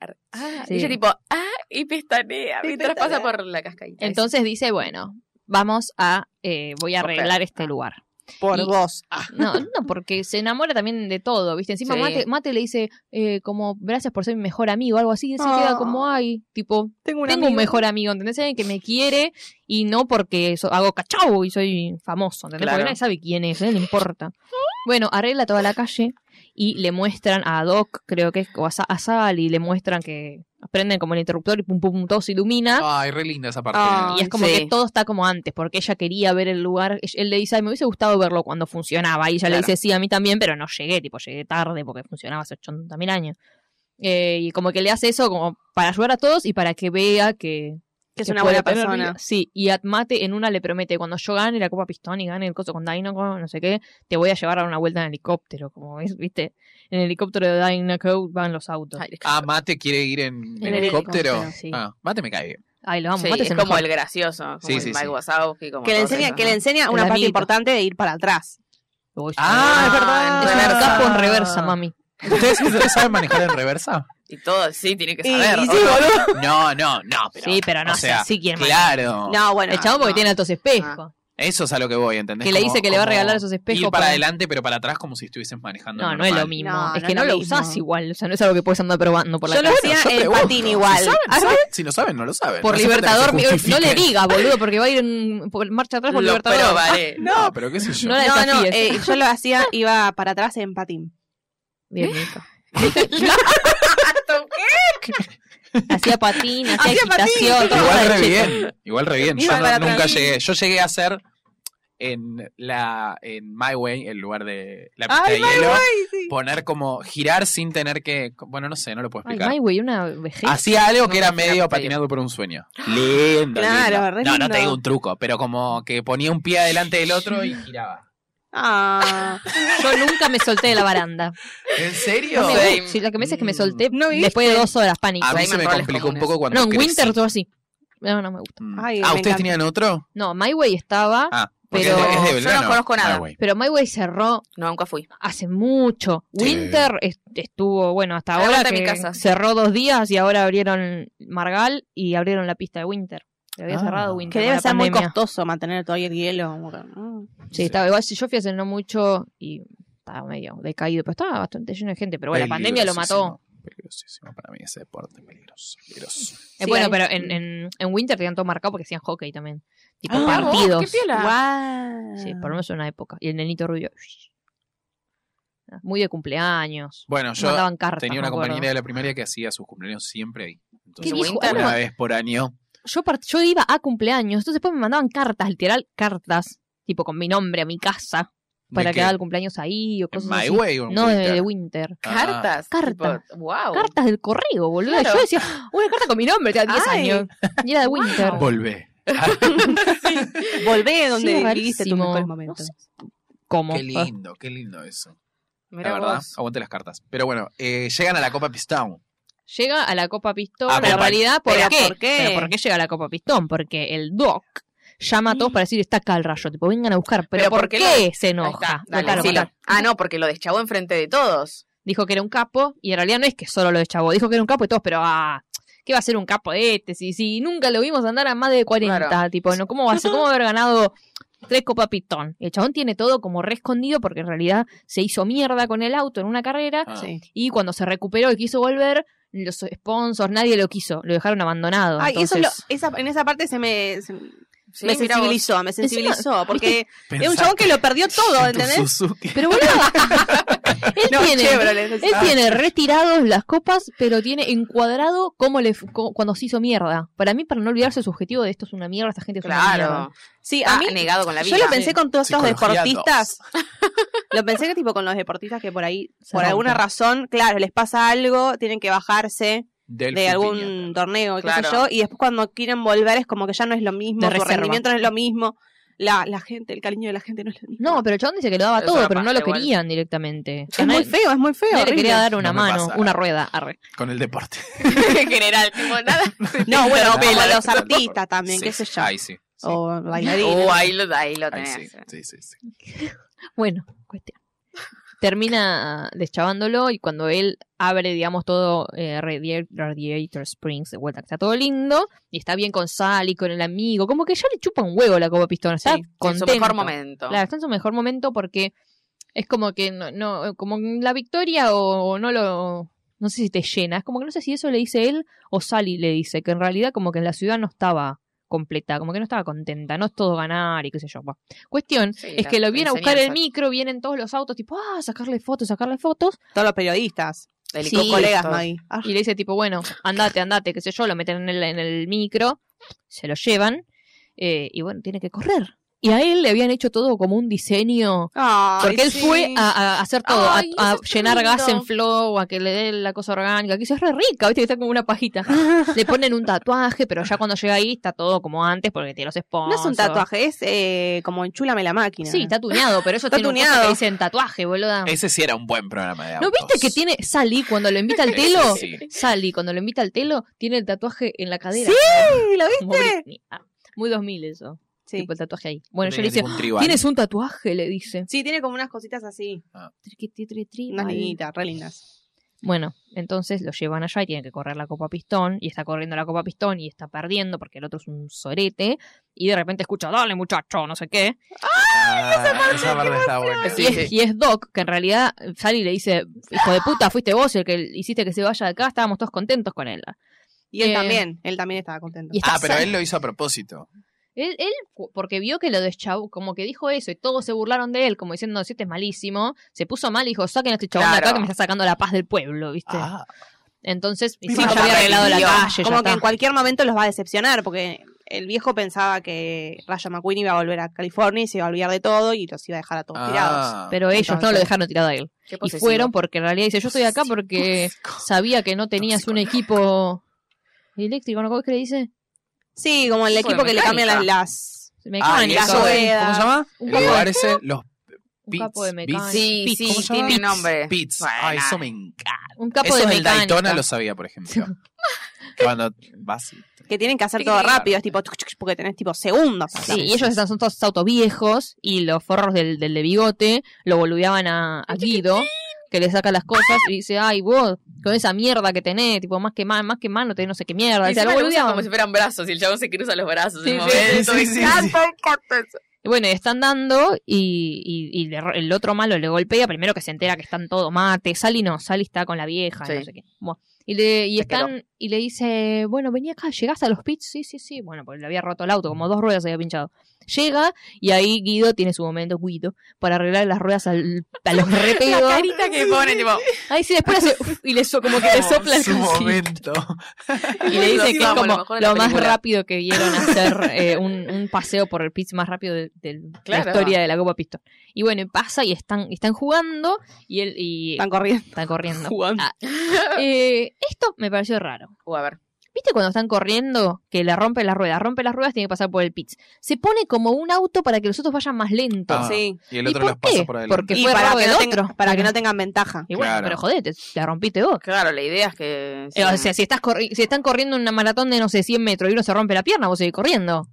S3: Sí.
S2: Y yo tipo, ah, y pestañea
S4: Sí,
S2: mientras
S4: pestanea.
S2: pasa por la cascadita.
S3: Entonces dice, bueno, vamos a, eh, voy a
S2: Correr.
S3: arreglar
S4: Ah.
S3: este lugar.
S4: Por
S3: Y- Ah,
S4: vos.
S3: No, no, porque se enamora también de todo, ¿viste? Encima
S2: Sí.
S3: Mate, Mate le dice, eh, como, gracias por ser mi mejor amigo, algo así, y él se
S4: Ah.
S3: queda como, ay, tipo,
S4: Tengo un,
S3: tengo un
S4: amigo.
S3: mejor amigo, ¿entendés? Alguien que me quiere y no porque so- hago cachau y soy famoso, ¿entendés?
S2: Claro.
S3: Porque nadie sabe quién es, ¿eh? no importa. Bueno, arregla toda la calle y le muestran a Doc, creo que es, o a, Sa- a Sal, y le muestran que prenden como el interruptor y pum pum todo se ilumina.
S1: Ay, re linda esa parte.
S2: Ah,
S3: Y es como
S2: Sí.
S3: que todo está como antes, porque ella quería ver el lugar. Él le dice, ay, me hubiese gustado verlo cuando funcionaba. Y ella le
S2: Claro.
S3: dice, sí, a mí también, pero no llegué, tipo, llegué tarde porque funcionaba hace 80 mil años. Eh, y como que le hace eso como para ayudar a todos y para que vea que,
S4: Que es
S3: que
S4: una
S3: puede
S4: buena
S3: tener
S4: persona.
S3: vida. Sí, y Atmate en una le promete, cuando yo gane la Copa Pistón y gane el coso con Dinoco, no sé qué, te voy a llevar a dar una vuelta en helicóptero, como es, viste, en el helicóptero de Dinoco van los autos. Ay,
S2: Ay,
S1: Ah, Mate quiere ir en, en
S3: el
S1: helicóptero.
S3: helicóptero, sí.
S1: Ah, Mate me cae bien.
S3: lo amo,
S2: sí,
S3: Mate
S2: es
S3: el
S2: como
S3: mejor.
S2: el gracioso, como
S1: Sí,
S2: el
S1: sí,
S2: Mike
S1: sí.
S2: Wazowski, como
S4: Que le
S2: todos
S4: enseña,
S2: esos,
S4: que
S2: ¿no?
S4: le enseña una
S3: El
S4: parte
S3: amiguito.
S4: importante de ir para atrás.
S3: Uy, sí.
S1: Ah,
S4: Ah,
S2: es verdad.
S3: Remarcás con reversa, mami.
S1: ¿Ustedes, ustedes saben manejar en reversa?
S2: Y todo, sí, tiene que
S4: Y-
S2: saber.
S4: y sí,
S2: ¿no?
S1: No, no, no. Pero,
S3: sí, pero no
S1: o
S3: sé
S1: sea,
S3: así quién más.
S1: Claro.
S4: No, bueno.
S3: El chabón porque
S4: no.
S3: tiene altos espejos.
S1: Eso es a lo que voy, ¿entendés?
S3: Que le dice
S1: Como-
S3: que le va a
S1: como
S3: regalar esos espejos
S1: Ir para,
S3: para-
S1: adelante, pero para atrás como si estuvieses manejando
S3: No, no
S1: normal.
S3: es lo mismo.
S4: No,
S3: es
S4: no
S3: que
S4: es
S3: no
S4: lo
S3: lo
S4: mismo.
S3: usás igual. O sea, no es algo que puedes andar probando por la
S4: Yo lo
S3: calle.
S4: hacía
S1: yo
S4: en
S1: pregunto,
S4: patín
S1: si
S4: igual.
S1: saben,
S4: Ah,
S1: saben, Si no saben, no lo saben.
S3: Por
S1: No hace falta que
S3: Libertador,
S1: se
S3: no le
S1: justifiquen.
S3: digas, boludo, porque va a ir en por marcha atrás por
S2: Lo
S3: Libertador.
S2: *laughs* probaré.
S1: No, pero qué sé yo.
S3: No la
S4: No, no,
S3: desafíes.
S4: eh, yo lo hacía, iba para atrás en patín.
S3: Bien, Mica.
S2: ¿Qué?
S3: Hacía patín, hacía,
S4: Hacía patín,
S3: equitación. todo
S1: Igual
S3: eso
S1: re
S3: de chico.
S1: bien, igual re bien. Yo
S4: Iba
S1: no-
S4: para
S1: nunca
S4: atrás.
S1: llegué. Yo llegué a hacer en la en My Way, el lugar de la pista
S4: Ay,
S1: de
S4: my
S1: hielo,
S4: way, sí.
S1: poner como girar sin tener que, bueno, no sé, no lo puedo
S3: Ay,
S1: explicar.
S3: my güey, una vejez.
S1: Hacía algo que
S2: No,
S1: era
S2: no, era
S1: medio
S2: patinado.
S1: patinado por un sueño. Lindo,
S4: Claro,
S1: lindo.
S4: re
S1: No, no
S4: lindo.
S1: te digo un truco, pero como que ponía un pie adelante del otro y giraba.
S3: *laughs*
S4: Ah.
S3: Yo nunca me solté de la
S4: *laughs*
S3: baranda.
S1: ¿En serio?
S3: No me
S2: Sí.
S3: gusta. Sí, lo que me dice es que me
S1: Mm.
S3: solté
S4: ¿No viviste?
S3: después de dos horas, pánico.
S1: A mí
S2: Ahí
S1: se me
S2: manuales
S1: complicó un
S2: comunes.
S1: poco cuando
S3: No, en
S1: crecí.
S3: Winter todo así. No, no me gusta.
S1: Mm.
S4: Ay,
S1: ah,
S4: me
S1: ¿ustedes
S4: encanta.
S1: tenían otro?
S3: No, My Way estaba,
S1: Ah, porque
S3: Pero
S1: es de- es de Ah,
S2: yo no
S1: Belgrano,
S2: conozco nada.
S1: My Way.
S3: pero My Way cerró
S2: No, nunca fui.
S3: hace mucho.
S1: Sí.
S3: Winter est- estuvo, bueno, hasta
S2: A la
S3: ahora
S2: vuelta de
S3: que
S2: mi casa, sí.
S3: cerró dos días y ahora abrieron Margal y abrieron la pista de Winter. Le había
S1: Ah.
S3: cerrado Winter.
S4: Que
S3: con
S4: debe
S3: la
S4: ser muy
S3: pandemia.
S4: costoso mantener todavía el hielo. como que, mm.
S3: Sí, estaba igual. Si yo fui hace no mucho y estaba medio decaído, pero estaba bastante lleno de gente. Pero bueno, la pandemia lo mató.
S1: Peligrosísimo, Peligrosísimo para mí ese deporte, peligroso, peligroso.
S3: Eh,
S4: Sí,
S3: bueno,
S4: ahí-
S3: pero en, en, en Winter tenían todo marcado porque hacían hockey también. Tipo
S4: Ah, vos,
S3: partidos.
S2: qué piola.
S4: Guau.
S3: Sí, por lo menos en una época. Y el nenito rubio. shh. Muy de cumpleaños.
S1: Bueno, yo
S3: mandaban cartas.
S1: tenía
S3: me
S1: una
S3: acuerdo.
S1: compañera de la primaria que hacía sus cumpleaños siempre ahí. Entonces,
S3: ¿Qué dijo?
S1: una
S3: Algo-
S1: vez por año.
S3: Yo, part- yo iba a cumpleaños, entonces después me mandaban cartas, literal cartas, tipo con mi nombre a mi casa,
S1: ¿De
S3: para que
S1: qué?
S3: haga el cumpleaños ahí o
S1: ¿En
S3: cosas
S1: My
S3: así.
S1: Way o en
S3: No, de-
S1: Winter?
S3: de Winter.
S1: Ah.
S2: Cartas.
S3: Carta.
S2: Tipo, wow.
S3: Cartas del correo, boludo.
S2: Claro.
S3: Yo decía, una carta con mi nombre, tenía 10
S4: Ay.
S3: años. Y *laughs* era de Winter.
S1: Ah, Volvé.
S4: Volvé
S3: Sí,
S4: donde viviste tus
S3: rarísimo.
S4: mejores
S3: No
S4: momentos.
S3: sé. ¿Cómo?
S1: Qué lindo, qué lindo eso.
S2: Mirá
S1: la verdad,
S2: vos.
S1: aguante las cartas. Pero bueno, eh, llegan a la Copa Pistown.
S3: Llega a la Copa Pistón,
S1: Ah,
S3: pero en
S1: pero-
S3: realidad, ¿por
S4: ¿pero
S3: qué?
S4: por qué?
S3: ¿Pero por qué llega a la Copa Pistón? Porque el Doc llama a todos para decir, está acá el rayo, tipo, vengan a buscar. ¿Pero,
S2: Pero
S3: por
S2: ¿por
S3: qué,
S2: qué
S3: se
S2: Ahí
S3: enoja?
S2: está, dale,
S3: Claro,
S2: decilo.
S3: claro.
S2: Ah, no, porque lo deschavó enfrente de todos.
S3: Dijo que era un capo, y en realidad no es que solo lo deschavó, dijo que era un capo y todos, pero ah, ¿qué va a ser un capo este? Si, si nunca lo vimos andar a más de 40,
S2: Claro.
S3: tipo, ¿no? ¿cómo va a ser? ¿Cómo va a haber ganado tres Copa Pistón? El chabón tiene todo como re escondido porque en realidad se hizo mierda con el auto en una carrera
S1: Ah.
S4: Sí.
S3: Y cuando se recuperó y quiso volver, los sponsors, nadie lo quiso, lo dejaron abandonado.
S4: Ay, Ah, eso
S3: entonces,
S4: es lo- esa- en esa parte se me, se-
S2: Sí,
S4: me
S2: mirá vos.
S4: sensibilizó, me sensibilizó, porque es un
S1: Pensá
S4: chabón que lo perdió todo,
S1: en tu
S4: ¿entendés?
S1: Suzuki.
S3: Pero boludo, él,
S4: *laughs* No,
S3: tiene,
S4: Chevrolet,
S3: él
S4: ah.
S3: tiene retirados las copas, pero tiene encuadrado cómo le, fu- co- cuando se hizo mierda. Para mí, para no olvidarse su objetivo de esto es una mierda, esta gente es una mierda.
S2: Claro.
S4: Sí, a
S2: Está
S4: mí,
S2: negado con la vida.
S4: yo lo pensé con todos estos
S1: Psicología
S4: deportistas. Lo pensé que tipo con los deportistas que por ahí,
S3: Se
S4: por
S3: rompen.
S4: alguna razón, claro, les pasa algo, tienen que bajarse
S1: Del
S4: de algún
S1: Futiñata.
S4: torneo, qué
S2: Claro.
S4: sé yo, y después cuando quieren volver es como que ya no es lo
S3: De
S4: mismo, su
S3: reserva.
S4: rendimiento no es lo mismo, la, la gente, el cariño de la gente no es lo mismo.
S3: No, pero el chabón dice que lo daba
S2: Es
S3: todo,
S2: una
S3: pero no lo
S2: paja igual.
S3: querían directamente. O sea,
S4: es muy
S3: nadie-
S4: feo, es muy feo.
S3: nadie le
S4: horrible.
S3: quería dar una
S1: No me
S3: mano,
S1: pasa.
S3: una rueda. arre.
S1: Con el deporte.
S2: *laughs* en general, tipo,
S3: *laughs*
S2: nada.
S4: No, bueno,
S1: Nada,
S4: como
S1: nada,
S4: los
S1: nada,
S4: artistas también,
S1: Sí.
S4: qué sé yo.
S1: Ay, sí. sí.
S4: O bailarines.
S2: Uh, ahí lo, ahí lo
S1: Ay,
S2: tenés.
S1: sí, sí, sí, sí.
S3: Bueno, cuestión. Termina deschavándolo y cuando él abre, digamos, todo eh, Radiator, Radiator Springs de vuelta, que está todo lindo y está bien con Sally, con el amigo, como que ya le chupa un huevo la Copa Pistón,
S2: Sí,
S3: está
S2: en su
S3: contento.
S2: mejor momento.
S3: Claro, está en su mejor momento porque es como que no, no como la victoria o no lo no sé si te llena, es como que no sé si eso le dice él o Sally le dice, que en realidad como que en la ciudad no estaba completa, como que no estaba contenta, no es todo ganar y qué sé yo. Buah. Cuestión,
S2: Sí,
S3: es
S2: la-
S3: que lo
S2: la
S3: viene a buscar el
S2: enseñanza.
S3: micro, vienen todos los autos, tipo, ah, sacarle fotos, sacarle fotos.
S4: Todos los periodistas,
S2: El
S3: Sí,
S4: los colegas,
S2: todo.
S4: Maggie. Ah,
S3: Y le dice, tipo, bueno, andate, andate, qué sé yo, lo meten en el, en el micro, se lo llevan, eh, y bueno, tiene que correr. y a él le habían hecho todo como un diseño.
S4: Ay,
S3: Porque él
S4: sí.
S3: fue a, a hacer todo, a-
S2: Ay,
S3: a,
S2: eso es
S3: llenar gas
S2: lindo.
S3: en flow, a que le dé la cosa orgánica, que eso es re rica, viste que está como una pajita. le ponen un tatuaje, pero ya cuando llega ahí está todo como antes porque tiene los sponsors.
S4: No es un tatuaje, es eh, como enchúlame la máquina.
S3: Sí, está tuneado, pero eso
S4: Está
S3: tiene un coso
S4: tuneado.
S3: que dicen tatuaje, boluda.
S1: Ese sí era un buen programa de
S3: ¿No
S1: autos.
S3: viste que tiene Sally cuando lo invita al
S4: *laughs*
S1: Ese
S3: telo?
S1: sí.
S3: Sally cuando lo invita al telo tiene el tatuaje en la cadera.
S4: Sí, ¿lo
S3: Como
S4: viste?
S3: Britney. Ah, muy 2000 eso.
S4: Sí.
S3: Tipo el tatuaje ahí. Bueno,
S1: No
S3: yo
S1: tenía
S3: le dice,
S1: ningún tribal.
S3: tienes un tatuaje, le dice.
S4: Sí, tiene como unas cositas así,
S3: Triqui, tri, tri, tri,
S4: unas
S3: vale.
S4: niñitas, re lindas.
S3: Bueno, entonces lo llevan allá y tienen que correr la Copa Pistón. Y está corriendo la Copa Pistón y está perdiendo porque el otro es un sorete. Y de repente escucha, dale muchacho, no sé qué.
S1: Ah, esa parte está buena.
S2: Sí,
S3: y, es,
S2: sí.
S3: y es Doc, que en realidad sale y le dice, hijo de puta, fuiste vos el que hiciste que se vaya de acá. Estábamos todos contentos con él.
S4: Y él
S3: Eh,
S4: también, él también estaba contento.
S3: Y está
S1: Ah, pero
S3: Sally.
S1: él lo hizo a propósito.
S3: Él, él, cu- porque vio que lo deschavó, como que dijo eso y todos se burlaron de él, como diciendo, si este es malísimo, se puso mal y dijo, saquen a este chabón de acá
S1: Claro.
S3: que me está sacando la paz del pueblo, ¿viste?
S1: Ah,
S3: Entonces, y
S1: Mi
S3: sí, yo
S1: papá
S3: había arreglado la
S2: perdió.
S3: calle, ya
S4: como que
S3: está.
S4: en cualquier momento los va a decepcionar, porque el viejo pensaba que Rayo McQueen iba a volver a California y se iba a olvidar de todo y los iba a dejar a todos tirados.
S1: ah.
S3: Pero ellos no lo
S4: Entonces-
S3: dejaron tirado a él.
S2: Qué
S3: Y
S2: posesivo.
S3: fueron porque en realidad dice, yo estoy acá porque sabía que no tenías un equipo eléctrico, ¿no? ¿Cómo es que le dice?
S4: Sí, como el
S2: Fue
S4: equipo que le
S2: mecánica.
S4: cambian las, las-
S1: Ah,
S3: Mecánico.
S1: el caso de, ¿Cómo se llama?
S3: Un
S1: El
S3: capo
S1: lugar
S3: de-
S1: ese, los
S3: un capo de
S1: Beats,
S3: mecánico.
S2: Sí,
S3: Pits,
S2: sí,
S1: ¿cómo se llama?
S2: tiene nombre.
S1: Beats.
S2: Bueno,
S1: Ah, eso me encanta.
S3: Un capo
S1: Eso
S3: de
S1: en el
S3: mecánica.
S1: Daytona lo sabía, por
S3: *laughs*
S1: ejemplo. Cuando vas y-
S4: que tienen que hacer todo rápido, es tipo tuc, tuc, porque tenés tipo segundos.
S3: Sí, y ellos están, son todos autos viejos y los forros del, del de bigote lo boludeaban a, a Guido, que le saca las cosas y dice, ay, vos, con esa mierda que tenés, tipo, más que mano, más que mano, tenés no sé qué mierda. O sea,
S2: Encima
S3: lo
S2: lo usan
S3: boludeaban.
S2: como si fueran brazos y el chabón se cruza los brazos
S3: Sí,
S2: en el
S3: sí, sí,
S2: momento.
S1: sí, sí,
S2: Me encanta, me encanta.
S3: Y bueno, y están dando y, y- y le ro- el otro malo le golpea, primero que se entera que están todo mate, Sally no, Sally está con la vieja,
S2: Sí.
S3: no sé qué. Bueno, y le, y
S2: Se
S3: están, y le dice, bueno, vení acá, llegás a los pits, sí, sí, sí. Bueno, pues le había roto el auto, como dos ruedas se había pinchado. Llega y ahí Guido tiene su momento, Guido, para arreglar las ruedas al, a
S2: *laughs*
S3: los
S2: La
S3: repedos.
S2: carita que pone, tipo.
S3: Ahí sí, después
S2: *laughs*
S3: hace, "Uf", y le so- como que le sopla el
S1: su
S3: cancillo.
S1: momento.
S3: Y le dice que es
S2: Vamos,
S3: como
S2: *laughs* lo
S3: lo,
S2: mejor de la
S3: más
S2: película.
S3: rápido que vieron
S2: *laughs*
S3: hacer eh, un, un paseo por el pitch más rápido de, de la
S2: Claro.
S3: historia de la Copa Pistón. Y bueno, y pasa y están, y están jugando y él y
S4: Están corriendo.
S3: están corriendo.
S4: Jugando.
S3: Ah. Eh, esto me pareció raro.
S2: Uh, a ver.
S3: ¿Viste cuando están corriendo que le rompe las ruedas? Rompe las ruedas, tiene que pasar por el pitch. Se pone como un auto para que los otros vayan más lentos.
S1: Ah,
S4: Sí.
S1: Y el
S3: ¿Y
S1: otro
S3: por
S1: los pasa
S3: qué?
S1: por adelante.
S3: Porque- Que
S4: Y
S3: fue
S4: para,
S3: robo
S4: que
S3: del
S4: no, tenga-
S3: otro.
S4: para que
S3: Bueno.
S4: no tengan ventaja.
S3: Y bueno,
S1: Claro.
S3: pero jodete, la rompiste vos.
S2: Claro, la idea es que.
S3: Eh, O sea, si, estás corri- si están corriendo una maratón de, no sé, 100 metros y uno se rompe la pierna, vos seguís corriendo.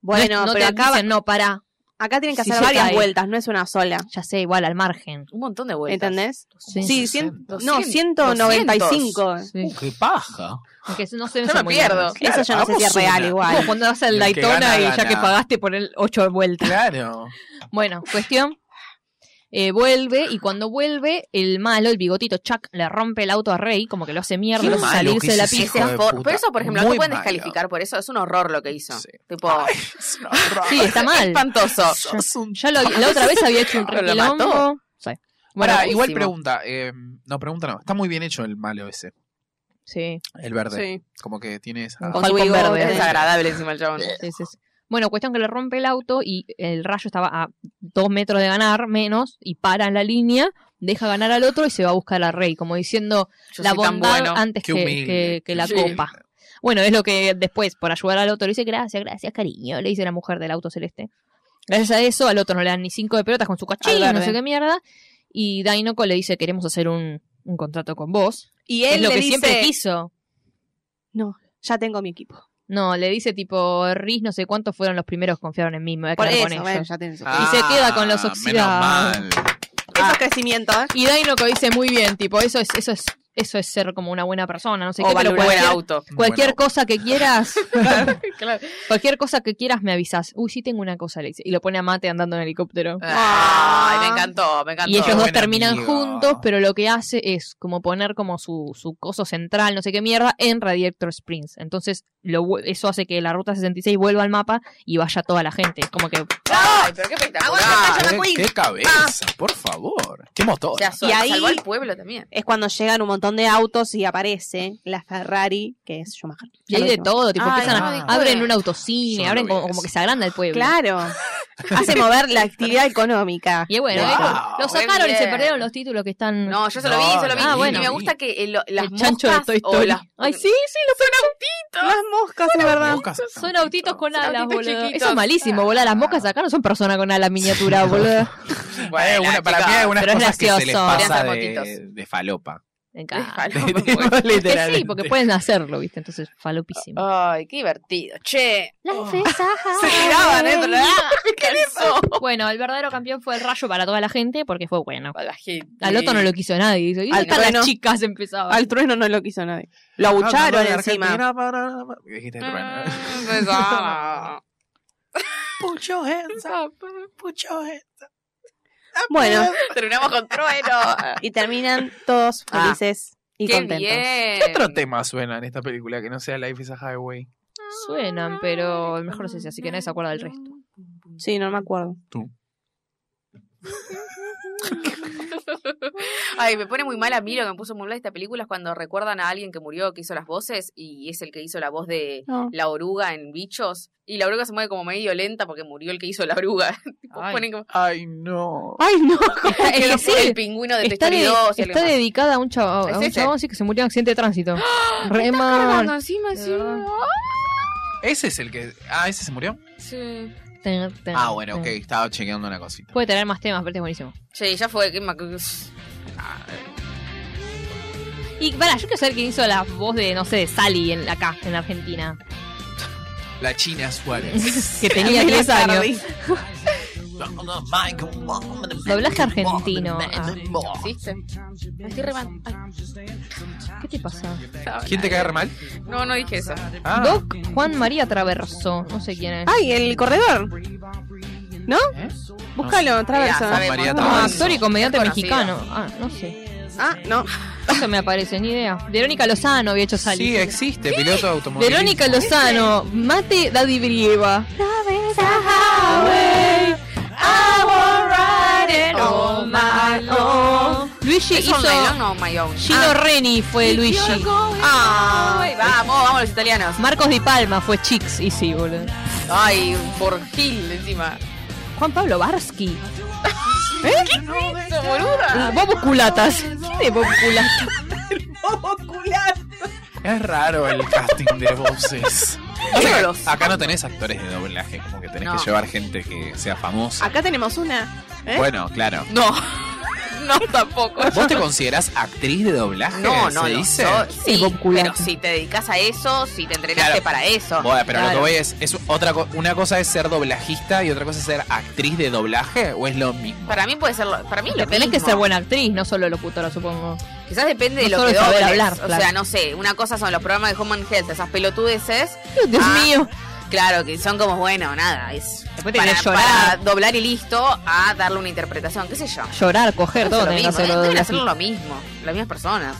S4: Bueno,
S3: no, no
S4: pero
S3: te
S4: acá,
S3: dicen, no, para.
S4: acá tienen que
S3: Sí,
S4: hacer
S3: se
S4: varias
S3: cae.
S4: vueltas, no es una sola.
S3: Ya sé, igual al margen.
S2: un montón de vueltas.
S4: ¿Entendés?
S3: Sí.
S4: Sí,
S1: 60.
S4: cien- no,
S2: 200.
S4: 195.
S3: Sí.
S1: Uh, ¡Qué paja!
S3: Aunque no se
S2: Yo me
S3: muy
S2: pierdo.
S3: bien.
S4: Eso yo no sé si es
S1: hagamos
S4: real
S1: una.
S4: igual.
S3: Como cuando vas al
S1: El que
S3: Daytona
S1: gana,
S3: y ya
S1: gana.
S3: que pagaste por el 8 de vuelta.
S1: Claro.
S3: Bueno, cuestión. Eh, vuelve y cuando vuelve, el malo, el bigotito Chuck, le rompe el auto a Rey, como que lo hace mierda,
S1: Qué
S3: lo hace
S1: malo
S3: salirse
S1: que
S3: de la
S1: es ese
S3: pista.
S2: Ese
S1: Hijo de
S2: afor-
S1: puta.
S2: Pero eso, por ejemplo, no
S1: Muy
S2: te pueden
S1: malo.
S2: descalificar por eso. Es un horror lo que hizo.
S1: Sí.
S2: Tipo. *laughs*
S1: Es un
S3: *laughs*
S1: horror.
S3: Sí, está mal.
S2: Espantoso.
S1: Sos un
S3: Ya lo- la otra vez había
S1: *laughs*
S3: hecho un
S2: Pero lo
S3: requilombo. Sí. Bueno,
S1: Pará, igual
S2: buenísimo.
S1: pregunta. eh, no, pregunta no. Está muy bien hecho el malo ese.
S3: sí.
S1: El verde.
S4: Sí.
S1: Como que tiene esa.
S3: Un
S2: Con
S3: Falcon
S2: su bigote,
S3: verde.
S2: Es desagradable encima el chabón.
S3: Sí, sí, sí. Bueno, cuestión que le rompe el auto y el rayo estaba a dos metros de ganar, menos, y para en la línea, deja ganar al otro y se va a buscar a Rey, como diciendo
S2: Yo
S3: la
S2: soy tan
S3: bondad
S2: bueno.
S3: antes que,
S1: Qué humilde.
S3: que- que la
S2: Sí.
S3: copa. Bueno, es lo que después, por ayudar al otro, le dice gracias, gracias, cariño, le dice la mujer del auto celeste. Gracias a eso, al otro no le dan ni cinco de pelotas con su
S4: Al
S3: cachín,
S4: verde.
S3: no sé qué mierda. Y Dainoco le dice, queremos hacer un, un contrato con vos.
S4: Y él
S3: es lo
S4: le
S3: que
S4: dice,
S3: siempre quiso.
S4: no, ya tengo mi equipo.
S3: No, le dice tipo, Riz, no sé cuántos fueron los primeros que confiaron en mí, me voy a
S4: Por
S3: quedar
S4: eso,
S3: con ellos.
S4: bueno, ya tenés.
S1: Ah,
S3: se queda con los
S1: Menos
S3: oxidados.
S1: mal.
S4: Eso
S3: Ah.
S4: es crecimiento, ¿eh?
S3: Y Dainoco dice muy bien, tipo, eso es, eso es, eso es ser como una buena persona, no sé
S2: O
S3: qué, pero
S2: vale un buen
S3: cualquier,
S2: auto.
S3: cualquier
S1: Bueno,
S3: cosa que quieras,
S2: *laughs*
S3: *laughs*
S2: Claro.
S3: cualquier cosa que quieras me avisas. Uy, sí tengo una cosa, le dice. Y lo pone a mate andando en helicóptero.
S2: Ah, Ay, me encantó, me
S3: Ah.
S2: encantó.
S3: Y ellos dos
S1: buen
S3: terminan
S1: amigo.
S3: juntos, pero lo que hace es como poner como su, su coso central, no sé qué mierda, en Radiator Springs. Entonces lo vu- eso hace que la ruta 66 vuelva al mapa y vaya toda la gente. Es como que
S2: Ay, pero qué
S3: Ah.
S2: espectacular.
S4: Aguante, Rayo
S1: Qué-
S4: McQueen.
S1: ¡Qué cabeza! Por favor. ¡Qué motor!
S2: Se asó-
S4: Y ahí-
S2: salvó al pueblo también.
S4: Es cuando llegan un montón de autos y aparece la Ferrari, que es Schumacher.
S3: y hay de todo, tipo,
S2: Ay,
S3: empiezan
S1: no
S3: a-
S1: me
S2: acuerdo.
S3: abren un
S1: Yo
S3: autocine,
S1: no
S3: abren
S1: vi
S3: como, como
S1: eso.
S3: que se agranda el pueblo.
S4: Claro. Hace mover la actividad económica.
S3: Y bueno,
S1: Wow.
S3: ahí lo, lo
S2: Muy
S3: sacaron y se
S2: bien.
S3: perdieron los títulos que están
S2: No, yo se lo
S1: No,
S2: vi, se lo vi.
S3: no, ah,
S2: y
S3: bueno.
S2: me gusta que eh, lo- las
S3: el chancho de
S2: moscas
S3: Toy
S2: o
S3: Story.
S2: las...
S3: Ay, sí, sí, los
S4: Las moscas, de verdad.
S1: Moscas
S3: son, son
S1: tan
S3: autitos con
S2: Son
S3: alas,
S2: autitos
S3: boludo.
S2: chiquitos.
S3: Eso es malísimo, boludo. Las moscas sacaron son personas con alas miniatura, boludo.
S1: Bueno, una- para mí hay
S2: chicas,
S1: algunas
S3: pero es
S1: cosas que se les
S3: gracioso.
S1: pasa
S2: Podrían ser
S1: de, de falopa.
S3: *laughs* Me encanta. *laughs*
S2: Falopa, por
S1: Tipo,
S2: supuesto.
S3: Es que sí,
S1: literalmente.
S3: porque pueden hacerlo, ¿viste? Entonces,
S2: *laughs*
S3: falopísimo.
S2: Ay, qué divertido. Che.
S1: Oh.
S3: Las fesajas.
S2: Se tiraban, ¿eh? Pero, ah, *laughs* calzó.
S3: Bueno, el verdadero campeón fue el rayo para toda la gente porque fue bueno.
S2: Para la gente.
S3: Al otro no lo quiso nadie. Dice, ¿y dónde
S4: Al
S3: están
S4: trueno.
S3: las chicas? Empezaba.
S4: Al trueno no lo quiso nadie. Lo
S1: Ah,
S4: abucharon
S1: mamá de
S4: encima.
S1: Argentina, pa, na, na, pa. Dijiste trueno.
S2: *laughs* Mm, ah. pesada.
S1: Put your hands up, put your hands Ah,
S4: Bueno,
S2: Terminamos con trueno.
S4: y terminan todos
S2: Ah.
S4: felices y
S2: qué
S4: contentos.
S2: bien.
S1: ¿Qué otro tema suena en esta película que no sea Life is a Highway?
S3: Suenan, pero el mejor es ese, así que nadie se acuerda del resto.
S4: Sí, no me acuerdo.
S2: Ay, me pone muy mal a mí lo que me puso muy mal esta película es cuando recuerdan a alguien que murió, que hizo las voces, y es el que hizo la voz de
S4: No.
S2: la oruga en bichos. Y la oruga se mueve como medio lenta porque murió el que hizo la oruga. *laughs* Tipo,
S3: Ay.
S2: ponen como
S1: Ay, no.
S4: Ay, no.
S2: Está,
S3: es que sí,
S2: el pingüino de
S3: Está,
S2: Toy Story
S3: de-
S2: 2 y
S3: está
S2: algo más.
S3: dedicada a un chabón,
S2: Es
S3: a un
S2: ese.
S3: chabón sí, que se murió en accidente de
S2: *gasps*
S3: tránsito. Re
S2: Cargando
S3: mal.
S2: encima,
S3: De
S2: encima.
S3: verdad.
S1: Ese es el que. Ah, ese se murió.
S2: Sí.
S3: Ten, ten,
S1: Ah, Pues- bueno,
S3: ten.
S1: ok, estaba chequeando una cosita.
S3: Puede tener más temas, pero este es buenísimo.
S2: Sí, ya fue. qué ma-
S3: Y para, yo quiero saber quién hizo la voz de, no sé, de Sally en, acá, en *laughs* Argentina.
S1: La China Suárez.
S3: Que tenía 10 años.
S5: Doblaje argentino. Ah.
S2: ¿Existe? Me estoy re mal. Ay,
S3: ¿Qué te pasa?
S1: ¿Quién te cae re mal?
S2: No, no dije eso.
S1: Ah,
S3: Doc Juan María Traverso. No sé quién es.
S4: Ay, el corredor. ¿No?
S1: ¿Eh?
S4: Búscalo, Traverso.
S2: Ya sabemos,
S1: María
S2: ¿no?
S3: Ah,
S1: Traverso.
S3: actor y comediante
S2: Conocido.
S3: mexicano. Ah, no sé.
S4: Ah, no.
S3: No se me aparece, ni idea. Verónica Lozano había hecho Sally.
S1: Sí, existe, piloto automovilista.
S3: Verónica Lozano, Mate Daddy Brieva.
S2: on my own.
S3: Luigi
S2: ¿Es on my own
S3: hizo.
S2: o on my own?
S3: Gino Reni fue Luigi.
S2: Ah, ay, vamos, vamos los italianos.
S3: Marcos Di Palma fue Chicks, y sí, boludo.
S2: Ay, Borgil encima.
S3: Juan Pablo Barsky.
S2: Eso, boluda.
S3: Ah, Bobo Culatas. ¿Quién es Bobo
S1: *laughs*
S3: Culatas?
S1: Es raro el casting de
S2: *laughs*
S1: voces. O sea,
S4: Ídolos.
S1: acá no tenés actores de doblaje, como que tenés
S2: No.
S1: que llevar gente que sea famosa.
S4: Acá tenemos una. ¿eh?
S1: Bueno, claro.
S2: No. No, tampoco.
S1: ¿Vos te considerás actriz de doblaje?
S2: No, no,
S1: ¿Se
S2: no.
S1: dice?
S2: so- sí,
S3: Bob Culato.
S2: pero si te dedicas a eso, si te entrenaste
S1: Claro.
S2: para eso.
S1: Bueno, pero lo
S3: Claro.
S1: que voy es, es otra co- una cosa es ser doblajista y otra cosa es ser actriz de doblaje o es lo mismo.
S2: Para mí puede ser, lo- para mí lo
S3: Tenés que
S2: mismo.
S3: ser buena actriz, no solo locutora, supongo.
S2: Quizás depende de
S3: No
S2: lo
S3: solo
S2: que
S3: saber
S2: dobles.
S3: hablar,
S2: o
S3: claro.
S2: sea, no sé, una cosa son los programas de Home and Health, esas pelotudeces,
S3: Dios
S2: Ah.
S3: mío.
S2: claro, que son como, bueno, nada, es
S3: Después
S2: para,
S3: tenés que llorar.
S2: para doblar y listo a darle una interpretación, qué sé yo.
S3: Llorar, coger, todo
S2: Deben
S3: tenés que hacerlo de
S2: Deben
S3: la-
S2: hacerlo lo mismo, las mismas personas.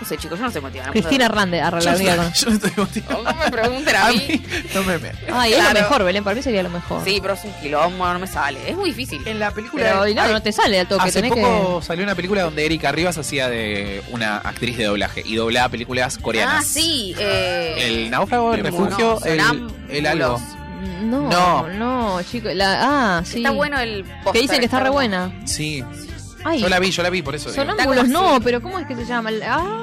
S2: No sé, chicos, yo no sé motivar.
S3: Cristina Hernández, arre, la
S1: *laughs*
S3: única con-
S1: Yo no estoy motivado.
S2: No me
S3: *laughs*
S2: pregunten a
S1: A
S2: mí.
S1: mí no me me-
S3: Ay, es lo
S2: Claro.
S3: mejor, Belén, para mí sería lo mejor.
S2: Sí, pero es un quilombo, no me sale. Es muy difícil.
S1: En la película...
S3: Pero y no,
S1: Ay,
S3: no te sale al toque,
S1: hace
S3: tenés
S1: poco salió una película donde Erika Rivas hacía de una actriz de doblaje y doblaba películas coreanas.
S2: Ah, sí. Eh,
S1: El náufrago, el
S2: Pero
S1: refugio,
S2: no,
S1: el,
S2: sonámbulos.
S1: el algo.
S3: que. No, no,
S1: No.
S3: chico. La... Ah, sí.
S2: Está bueno el póster.
S3: Que dicen que está re
S2: bueno.
S3: buena.
S1: Sí,
S3: Ay,
S1: yo la vi, yo la vi, por eso. digo.
S3: sonámbulos,
S2: Está como
S3: no, pero ¿cómo es que se llama? El- Ah.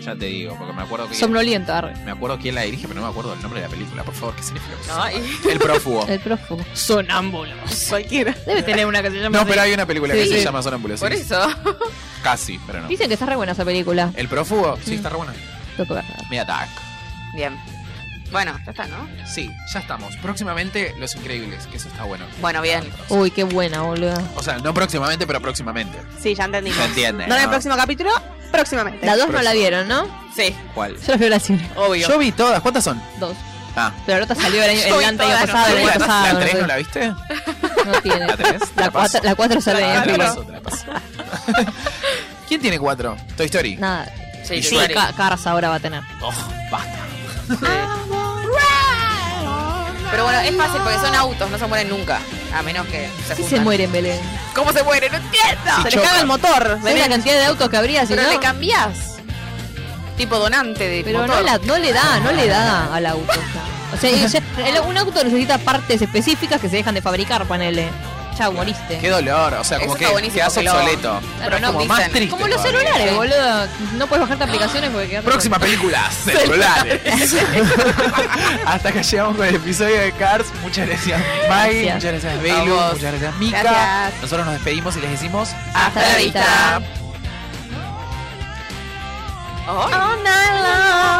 S1: Ya te digo, porque me acuerdo que.
S3: Somnoliento, arre.
S1: Me acuerdo quién la dirige, pero no me acuerdo el nombre de la película, por favor, ¿qué significa?
S2: Ay.
S1: El prófugo.
S3: El prófugo.
S2: *laughs*
S3: Sonámbulos.
S4: Cualquiera.
S3: Debe tener una que se llama.
S1: No,
S3: así.
S1: pero hay una película que
S3: Sí.
S1: se llama Sonámbulo, sí.
S2: Por eso.
S1: Casi, pero no.
S3: Dicen que está re buena esa película.
S1: El prófugo, sí,
S3: Mm.
S1: está re buena.
S3: Tengo que verla.
S1: Me Dark.
S2: Bien. Bueno, ya está, ¿no?
S1: Sí, ya estamos. Próximamente, Los Increíbles, que eso está bueno.
S2: Bueno, bien.
S3: Uy, qué buena, boludo.
S1: O sea, no próximamente, pero próximamente.
S4: Sí, ya entendimos.
S1: Se entiende.
S4: No en el
S1: ¿no?
S4: próximo capítulo, próximamente.
S3: La dos no la
S1: próximo.
S3: vieron, ¿no?
S2: Sí,
S1: ¿Cuál?
S3: Yo la vi en la cine.
S2: obvio.
S1: Yo vi todas, ¿cuántas son?
S3: Dos.
S1: Ah.
S3: Pero la otra salió el año,
S2: Yo vi
S3: el ante- año
S2: todas,
S3: pasado, el
S1: ¿La
S3: año pasado.
S1: 3 no
S3: Ah, no,
S1: la viste?
S3: sé. No
S1: *laughs*
S3: tiene.
S1: ¿La 3?
S3: *laughs* La cuatro- La 4 sale
S1: Ah,
S3: en
S1: te la
S4: Claro.
S3: Netflix.
S1: paso, te la paso. *laughs* ¿Quién tiene cuatro? Toy Story.
S3: Nada.
S2: Sí,
S1: Y
S2: sí,
S3: Sí,
S2: sí.
S3: Ca- Cars ahora va a tener.
S1: Oh, basta.
S2: Sí. Pero bueno, es fácil porque son autos, no se mueren nunca. A menos que se
S3: Sí se
S2: fundan.
S3: mueren, Belén.
S2: ¿Cómo se mueren? ¡No entiendo!
S1: Sí,
S4: Se
S1: choca.
S4: les caga el motor.
S3: ¿Sabés la
S4: Belén.
S3: cantidad de autos que habría si
S2: Pero
S3: no?
S2: le cambias. Tipo donante de
S3: Pero no,
S2: motor.
S3: la- no le da, no le da al auto. O sea, o sea, el- un auto necesita partes específicas que se dejan de fabricar, panele. Chau, moriste.
S1: Qué dolor, o sea,
S2: Eso
S1: como
S2: está
S1: que
S2: buenísimo,
S1: quedas
S2: que lo-
S1: obsoleto.
S2: Pero no
S1: como más
S2: dicen.
S1: triste.
S3: Como los
S1: todavía.
S3: celulares, boludo. No puedes bajarte aplicaciones porque quedás-
S1: Próxima película, celulares. *laughs* Hasta que llegamos con el episodio de Cars. Muchas gracias, Maggie.
S3: Gracias.
S1: Muchas gracias,
S2: A
S1: Belu.
S2: vos.
S1: Muchas gracias, Mika.
S2: Gracias.
S1: Nosotros nos despedimos y les decimos
S2: Hasta la vista. Oh. All night long.